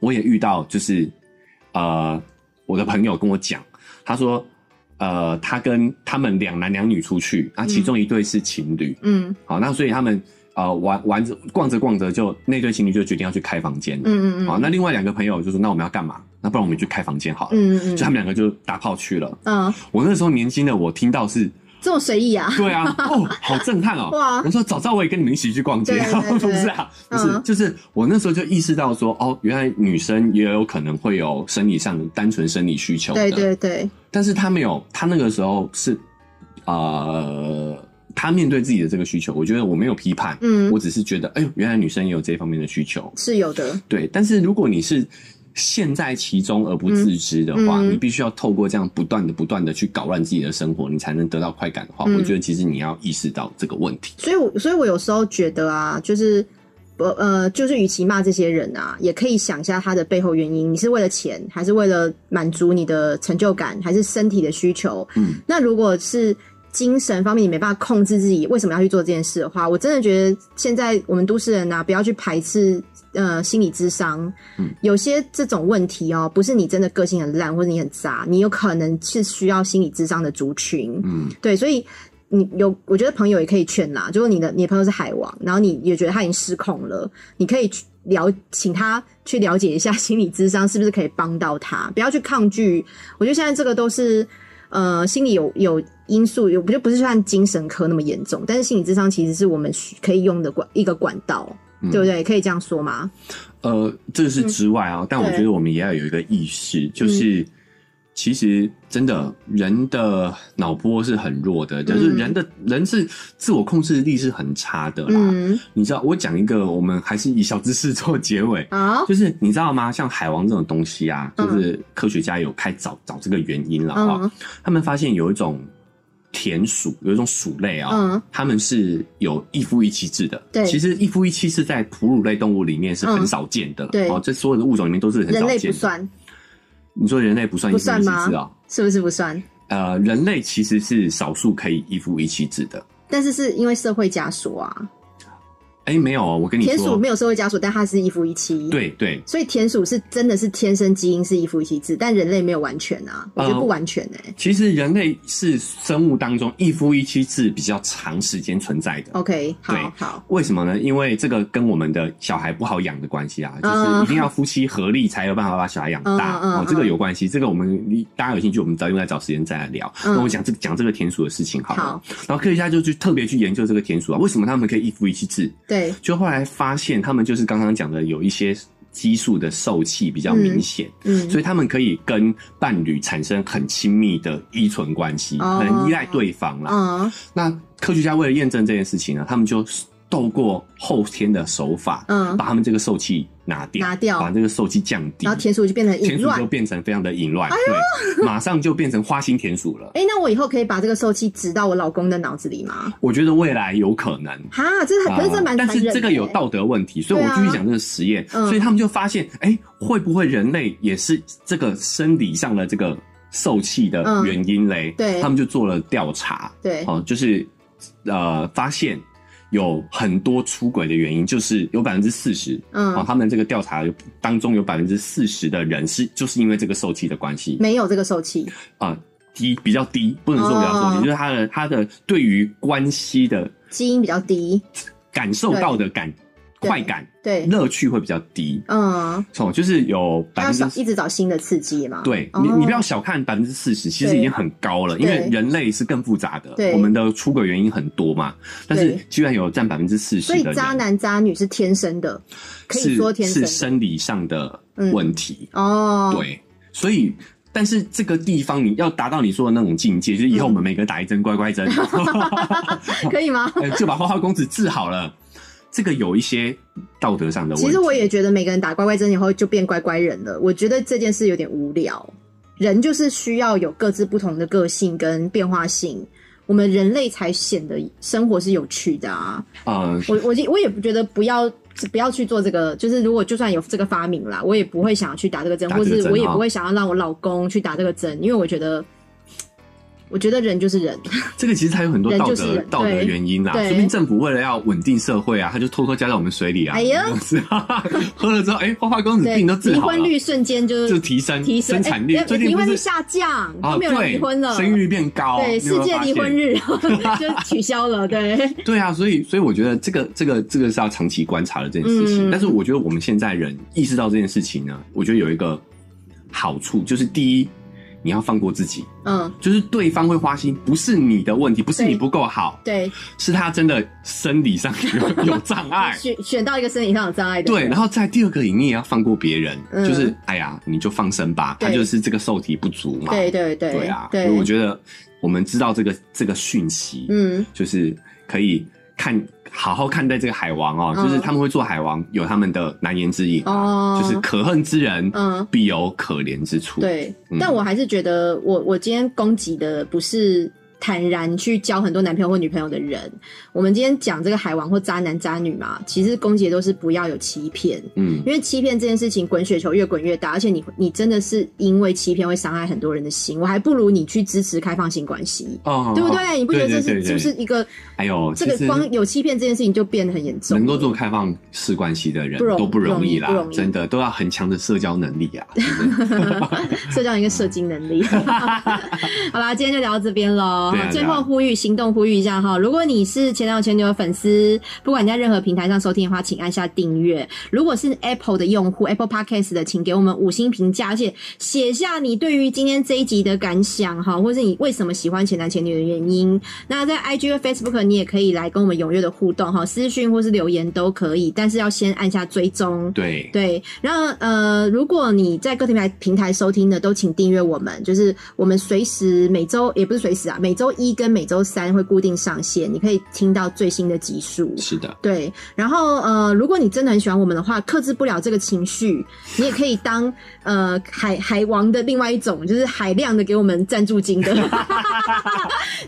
[SPEAKER 2] 我也遇到，就是呃，我的朋友跟我讲，他说，呃，他跟他们两男两女出去，啊，其中一对是情侣，
[SPEAKER 1] 嗯
[SPEAKER 2] 好，那所以他们呃玩玩着逛着逛着就，那对情侣就决定要去开房间
[SPEAKER 1] 嗯，嗯
[SPEAKER 2] 好，
[SPEAKER 1] 嗯
[SPEAKER 2] 那另外两个朋友就说，那我们要干嘛？那不然我们去开房间好了，
[SPEAKER 1] 嗯
[SPEAKER 2] 就他们两个就打炮去了。
[SPEAKER 1] 嗯
[SPEAKER 2] 我那时候年轻的我听到是，
[SPEAKER 1] 这么随意啊？
[SPEAKER 2] 对啊，哦，好震撼哦！
[SPEAKER 1] 哇
[SPEAKER 2] 我说早知道我也跟你们一起去逛街，
[SPEAKER 1] 对对对
[SPEAKER 2] 不是啊，不是，
[SPEAKER 1] 嗯
[SPEAKER 2] 就是我那时候就意识到说，哦，原来女生也有可能会有生理上的单纯生理需求的，
[SPEAKER 1] 对对对，
[SPEAKER 2] 但是她没有，她那个时候是，呃，她面对自己的这个需求，我觉得我没有批判，
[SPEAKER 1] 嗯
[SPEAKER 2] 我，只是觉得，哎呦，原来女生也有这方面的需求，
[SPEAKER 1] 是有的，
[SPEAKER 2] 对，但是如果你是陷在其中而不自知的话，
[SPEAKER 1] 嗯嗯
[SPEAKER 2] 你必须要透过这样不断的、不断的去搞乱自己的生活，你才能得到快感的话，
[SPEAKER 1] 嗯
[SPEAKER 2] 我觉得其实你要意识到这个问题。
[SPEAKER 1] 所以我所以我有时候觉得啊，就是。呃呃，就是与其骂这些人啊，也可以想一下他的背后原因。你是为了钱，还是为了满足你的成就感，还是身体的需求？
[SPEAKER 2] 嗯，
[SPEAKER 1] 那如果是精神方面你没办法控制自己，为什么要去做这件事的话，我真的觉得现在我们都市人啊，不要去排斥呃心理智商。
[SPEAKER 2] 嗯，
[SPEAKER 1] 有些这种问题哦，不是你真的个性很烂或者你很渣，你有可能是需要心理智商的族群。
[SPEAKER 2] 嗯，
[SPEAKER 1] 对，所以你有，我觉得朋友也可以劝啦。就是你的你的朋友是海王，然后你也觉得他已经失控了，你可以去了，请他去了解一下心理智商是不是可以帮到他，不要去抗拒。我觉得现在这个都是呃心理有有因素，有不就不是像精神科那么严重，但是心理智商其实是我们需可以用的管一个管道，
[SPEAKER 2] 嗯
[SPEAKER 1] 对不对？可以这样说吗？
[SPEAKER 2] 呃，这个是之外啊，但我觉得我们也要有一个意识，
[SPEAKER 1] 嗯
[SPEAKER 2] 就是其实真的人的脑波是很弱
[SPEAKER 1] 嗯
[SPEAKER 2] 的，就是人的人是自我控制力是很差的啦。
[SPEAKER 1] 嗯，
[SPEAKER 2] 你知道，我讲一个，我们还是以小知识做结尾。
[SPEAKER 1] 好，
[SPEAKER 2] 就是你知道吗？像海王这种东西啊，
[SPEAKER 1] 哦嗯
[SPEAKER 2] 就是科学家有开找找这个原因了啊、
[SPEAKER 1] 嗯
[SPEAKER 2] 他们发现有一种田鼠，有一种鼠类啊、
[SPEAKER 1] 嗯
[SPEAKER 2] 他们是有一夫一妻制的。
[SPEAKER 1] 对
[SPEAKER 2] 其实一夫一妻制在哺乳类动物里面是很
[SPEAKER 1] 嗯
[SPEAKER 2] 少见的。
[SPEAKER 1] 对
[SPEAKER 2] 哦，这所有的物种里面都是很
[SPEAKER 1] 人
[SPEAKER 2] 少
[SPEAKER 1] 类不
[SPEAKER 2] 见的。
[SPEAKER 1] 算，
[SPEAKER 2] 你说人类不算一
[SPEAKER 1] 不
[SPEAKER 2] 夫一
[SPEAKER 1] 算
[SPEAKER 2] 妻
[SPEAKER 1] 吗
[SPEAKER 2] 制啊、
[SPEAKER 1] 是不是不算？
[SPEAKER 2] 呃，人类其实是少数可以一夫一妻制的。
[SPEAKER 1] 但是是因为社会枷锁啊，
[SPEAKER 2] 哎、没有哦，我跟你
[SPEAKER 1] 田鼠
[SPEAKER 2] 说
[SPEAKER 1] 没，有社会枷锁，但它是一夫一妻。，
[SPEAKER 2] 对对，
[SPEAKER 1] 所以田鼠是真的是天生基因是一夫一妻制，但人类没有完全啊，我觉得
[SPEAKER 2] 呃
[SPEAKER 1] 不完全哎、
[SPEAKER 2] 其实人类是生物当中一夫一妻制比较长时间存在的。
[SPEAKER 1] OK，
[SPEAKER 2] 哦对
[SPEAKER 1] 好好，
[SPEAKER 2] 为什么呢？因为这个跟我们的小孩不好养的关系啊，就是一定要夫妻合力才有办法把小孩养大
[SPEAKER 1] 嗯嗯
[SPEAKER 2] 哦
[SPEAKER 1] 嗯，
[SPEAKER 2] 这个有关系。这个我们大家有兴趣，我们找另外找时间再来聊。
[SPEAKER 1] 嗯
[SPEAKER 2] 那我讲这讲这个田鼠的事情好了。
[SPEAKER 1] 好
[SPEAKER 2] 然后科学家就去特别去研究这个田鼠啊，为什么他们可以一夫一妻制？
[SPEAKER 1] 对，
[SPEAKER 2] 就后来发现他们就是刚刚讲的有一些激素的受气比较明显，
[SPEAKER 1] 嗯
[SPEAKER 2] 所以他们可以跟伴侣产生很亲密的依存关系，
[SPEAKER 1] 哦
[SPEAKER 2] 很依赖对方啦。
[SPEAKER 1] 嗯
[SPEAKER 2] 那科学家为了验证这件事情啊呢，他们就透过后天的手法，
[SPEAKER 1] 嗯，
[SPEAKER 2] 把他们这个受气拿掉，
[SPEAKER 1] 拿掉
[SPEAKER 2] 把这个受气降低，
[SPEAKER 1] 然后田鼠就变得很
[SPEAKER 2] 田
[SPEAKER 1] 淫
[SPEAKER 2] 鼠
[SPEAKER 1] 乱
[SPEAKER 2] 就。变成非常的淫乱，对，马上就变成花心田鼠了。
[SPEAKER 1] 哎、那我以后可以把这个受气植到我老公的脑子里吗？
[SPEAKER 2] 我觉得未来有可能。啊
[SPEAKER 1] 哈，这是很可是这蛮
[SPEAKER 2] 但
[SPEAKER 1] 残
[SPEAKER 2] 是
[SPEAKER 1] 忍的、
[SPEAKER 2] 这个有
[SPEAKER 1] 欸
[SPEAKER 2] 道德问题，所以我
[SPEAKER 1] 对啊
[SPEAKER 2] 继续讲这个实验。
[SPEAKER 1] 嗯
[SPEAKER 2] 所以他们就发现，哎、会不会人类也是这个生理上的这个受气的
[SPEAKER 1] 嗯
[SPEAKER 2] 原因嘞？
[SPEAKER 1] 对
[SPEAKER 2] 他们就做了调查。
[SPEAKER 1] 对，
[SPEAKER 2] 哦，就是呃，发现有很多出轨的原因，就是有百分之四十，哦，
[SPEAKER 1] 嗯，
[SPEAKER 2] 他们这个调查有当中有百分之四十的人是就是因为这个受气的关系
[SPEAKER 1] 没有这个受气，
[SPEAKER 2] 啊、低比较低，不能说比较受气，
[SPEAKER 1] 哦
[SPEAKER 2] 就是他的他的对于关系的
[SPEAKER 1] 基因比较低，
[SPEAKER 2] 感受到的感
[SPEAKER 1] 对
[SPEAKER 2] 快感
[SPEAKER 1] 对，
[SPEAKER 2] 乐趣会比较低，
[SPEAKER 1] 嗯，
[SPEAKER 2] 哦，就是有
[SPEAKER 1] 他
[SPEAKER 2] 百
[SPEAKER 1] 要
[SPEAKER 2] 分
[SPEAKER 1] 找
[SPEAKER 2] 之。
[SPEAKER 1] 一直找新的刺激嘛。
[SPEAKER 2] 对你，你不要
[SPEAKER 1] 哦
[SPEAKER 2] 小看百分之四十，其实
[SPEAKER 1] 对
[SPEAKER 2] 已经很高了，因为
[SPEAKER 1] 对
[SPEAKER 2] 人类是更复杂的，
[SPEAKER 1] 对
[SPEAKER 2] 我们的出轨原因很多嘛，但是
[SPEAKER 1] 对
[SPEAKER 2] 居然有占百分之四十
[SPEAKER 1] 所以
[SPEAKER 2] 的人，
[SPEAKER 1] 渣男渣女是天生的，可以
[SPEAKER 2] 是
[SPEAKER 1] 说天生
[SPEAKER 2] 是
[SPEAKER 1] 的
[SPEAKER 2] 生理上的问题，
[SPEAKER 1] 哦。
[SPEAKER 2] 对，所以。但是这个地方你要达到你说的那种境界，就是以后我们每个打一针 乖乖针，
[SPEAKER 1] 可以吗？
[SPEAKER 2] 哎就把花花公子治好了。这个有一些道德上的问题。
[SPEAKER 1] 其实我也觉得每个人打乖乖针以后就变乖乖人了，我觉得这件事有点无聊。人就是需要有各自不同的个性跟变化性，我们人类才显得生活是有趣的啊。
[SPEAKER 2] 呃，
[SPEAKER 1] 我我我也不觉得不要不要去做这个，就是如果就算有这个发明啦，我也不会想要去打这个针，
[SPEAKER 2] 打这
[SPEAKER 1] 或
[SPEAKER 2] 个针
[SPEAKER 1] 是我也
[SPEAKER 2] 哦
[SPEAKER 1] 不会想要让我老公去打这个针，因为我觉得，我觉得人就是 人，
[SPEAKER 2] 这个其实它有很多
[SPEAKER 1] 人
[SPEAKER 2] 道
[SPEAKER 1] 就是
[SPEAKER 2] 德
[SPEAKER 1] 人
[SPEAKER 2] 道德
[SPEAKER 1] 对
[SPEAKER 2] 原因啦。
[SPEAKER 1] 对
[SPEAKER 2] 说不定政府为了要稳定社会啊，他就偷偷加到我们水里啊。
[SPEAKER 1] 哎呀
[SPEAKER 2] 这样子啊， 喝了之后，哎，花花公子
[SPEAKER 1] 对，
[SPEAKER 2] 病都治
[SPEAKER 1] 离
[SPEAKER 2] 好
[SPEAKER 1] 婚
[SPEAKER 2] 了，
[SPEAKER 1] 率瞬间就
[SPEAKER 2] 就提升
[SPEAKER 1] 提升，
[SPEAKER 2] 生产率
[SPEAKER 1] 哎。
[SPEAKER 2] 最
[SPEAKER 1] 离
[SPEAKER 2] 近不
[SPEAKER 1] 婚率
[SPEAKER 2] 是
[SPEAKER 1] 下降，
[SPEAKER 2] 啊，
[SPEAKER 1] 都没有人
[SPEAKER 2] 对
[SPEAKER 1] 离婚了，
[SPEAKER 2] 生育率变高，
[SPEAKER 1] 对，
[SPEAKER 2] 哦你有没
[SPEAKER 1] 世界
[SPEAKER 2] 有发
[SPEAKER 1] 离
[SPEAKER 2] 现
[SPEAKER 1] 婚日 就取消了，对，
[SPEAKER 2] 对啊，所以所以我觉得这个这个这个是要长期观察的这件事情。
[SPEAKER 1] 嗯
[SPEAKER 2] 但是我觉得我们现在人意识到这件事情呢，我觉得有一个好处，就是第一，你要放过自己，
[SPEAKER 1] 嗯，
[SPEAKER 2] 就是对方会花心，不是你的问题，不是你
[SPEAKER 1] 对
[SPEAKER 2] 不够好，
[SPEAKER 1] 对，
[SPEAKER 2] 是他真的生理上有 有 障碍。
[SPEAKER 1] 选选到一个生理上有障碍的，
[SPEAKER 2] 对，然后在第二个里，你也要放过别人，
[SPEAKER 1] 嗯
[SPEAKER 2] 就是哎呀，你就放生吧，他
[SPEAKER 1] 对
[SPEAKER 2] 就是这个受体不足嘛。
[SPEAKER 1] 对对对
[SPEAKER 2] 对啊，所以
[SPEAKER 1] 对，
[SPEAKER 2] 我觉得我们知道这个这个讯息，
[SPEAKER 1] 嗯
[SPEAKER 2] 就是可以看好好看待这个海王哦，
[SPEAKER 1] 嗯
[SPEAKER 2] 就是他们会做海王，有他们的难言之隐啊，
[SPEAKER 1] 哦，
[SPEAKER 2] 就是可恨之人
[SPEAKER 1] 嗯
[SPEAKER 2] 必有可怜之处。，
[SPEAKER 1] 对
[SPEAKER 2] 嗯，
[SPEAKER 1] 但我还是觉得我我今天攻击的不是坦然去交很多男朋友或女朋友的人，我们今天讲这个海王或渣男渣女嘛，其实攻击的都是不要有欺骗，
[SPEAKER 2] 嗯，
[SPEAKER 1] 因为欺骗这件事情滚雪球越滚越大，而且你你真的是因为欺骗会伤害很多人的心，我还不如你去支持开放性关系。
[SPEAKER 2] 哦，
[SPEAKER 1] 对不对？你不觉得这
[SPEAKER 2] 对
[SPEAKER 1] 是
[SPEAKER 2] 对对对
[SPEAKER 1] 就是一个
[SPEAKER 2] 还有
[SPEAKER 1] 这个
[SPEAKER 2] 其实
[SPEAKER 1] 光有欺骗这件事情就变得很严重了？
[SPEAKER 2] 能够做开放式关系的人
[SPEAKER 1] 不容
[SPEAKER 2] 都不容易啦，
[SPEAKER 1] 不容易
[SPEAKER 2] 真的都要很强的社交能力 啊，对不对
[SPEAKER 1] 社交一个射精能力。 好啦，今天就聊到这边喽
[SPEAKER 2] 嗯对啊对。啊
[SPEAKER 1] 最后呼吁行动呼吁一下哈，如果你是前男友前女友的粉丝，不管你在任何平台上收听的话，请按下订阅。如果是 Apple 的用户，Apple Podcast 的，请给我们五星评价，而且写下你对于今天这一集的感想哈，或是你为什么喜欢前男前女友的原因。那在 IG 和 Facebook 你也可以来跟我们踊跃的互动哈，私讯或是留言都可以，但是要先按下追踪。
[SPEAKER 2] 对
[SPEAKER 1] 对，然后呃，如果你在各平台平台收听的，都请订阅我们，就是我们随时每周也不是随时啊，每周一跟每周三会固定上线，你可以听到最新的集数。
[SPEAKER 2] 是的，
[SPEAKER 1] 对，然后呃，如果你真的很喜欢我们的话，克制不了这个情绪，你也可以当呃海海王的另外一种，就是海量的给我们赞助金 的，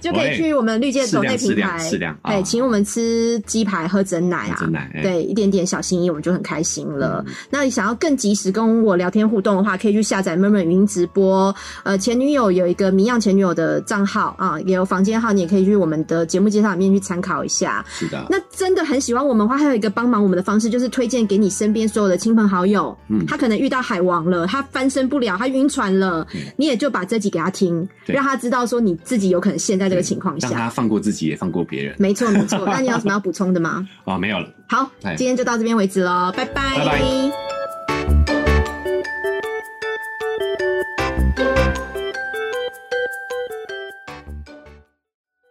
[SPEAKER 1] 就可以去我们绿界
[SPEAKER 2] 适
[SPEAKER 1] 走
[SPEAKER 2] 量
[SPEAKER 1] 内
[SPEAKER 2] 适
[SPEAKER 1] 平
[SPEAKER 2] 量
[SPEAKER 1] 台，
[SPEAKER 2] 适量，
[SPEAKER 1] 对，
[SPEAKER 2] 啊
[SPEAKER 1] 请我们吃鸡排喝整奶啊，
[SPEAKER 2] 真奶，哎，
[SPEAKER 1] 对，一点点小心意，我们就很开心了。
[SPEAKER 2] 嗯
[SPEAKER 1] 那你想要更及时跟我聊天互动的话，可以去下载 Murmur 语音直播。呃，前女友有一个谜样前女友的账号啊，也有房间号，你也可以去我们的节目介绍里面去参考一下。
[SPEAKER 2] 是的，
[SPEAKER 1] 那真的很喜欢我们的话，还有一个帮忙我们的方式，就是推荐给你身边所有的亲朋好友。
[SPEAKER 2] 嗯
[SPEAKER 1] 他可能遇到海王了，他翻身不了，他晕船了，
[SPEAKER 2] 嗯
[SPEAKER 1] 你也就把这集给他听，
[SPEAKER 2] 对
[SPEAKER 1] 让他知道说你自己有可能陷在这个情况
[SPEAKER 2] 让
[SPEAKER 1] 下。嗯
[SPEAKER 2] 他放过自己，也放过别人
[SPEAKER 1] 没错，没错。那你有什么要补充的吗？
[SPEAKER 2] 啊，没有了。
[SPEAKER 1] 好
[SPEAKER 2] 哎，
[SPEAKER 1] 今天就到这边为止喽，拜拜
[SPEAKER 2] 拜拜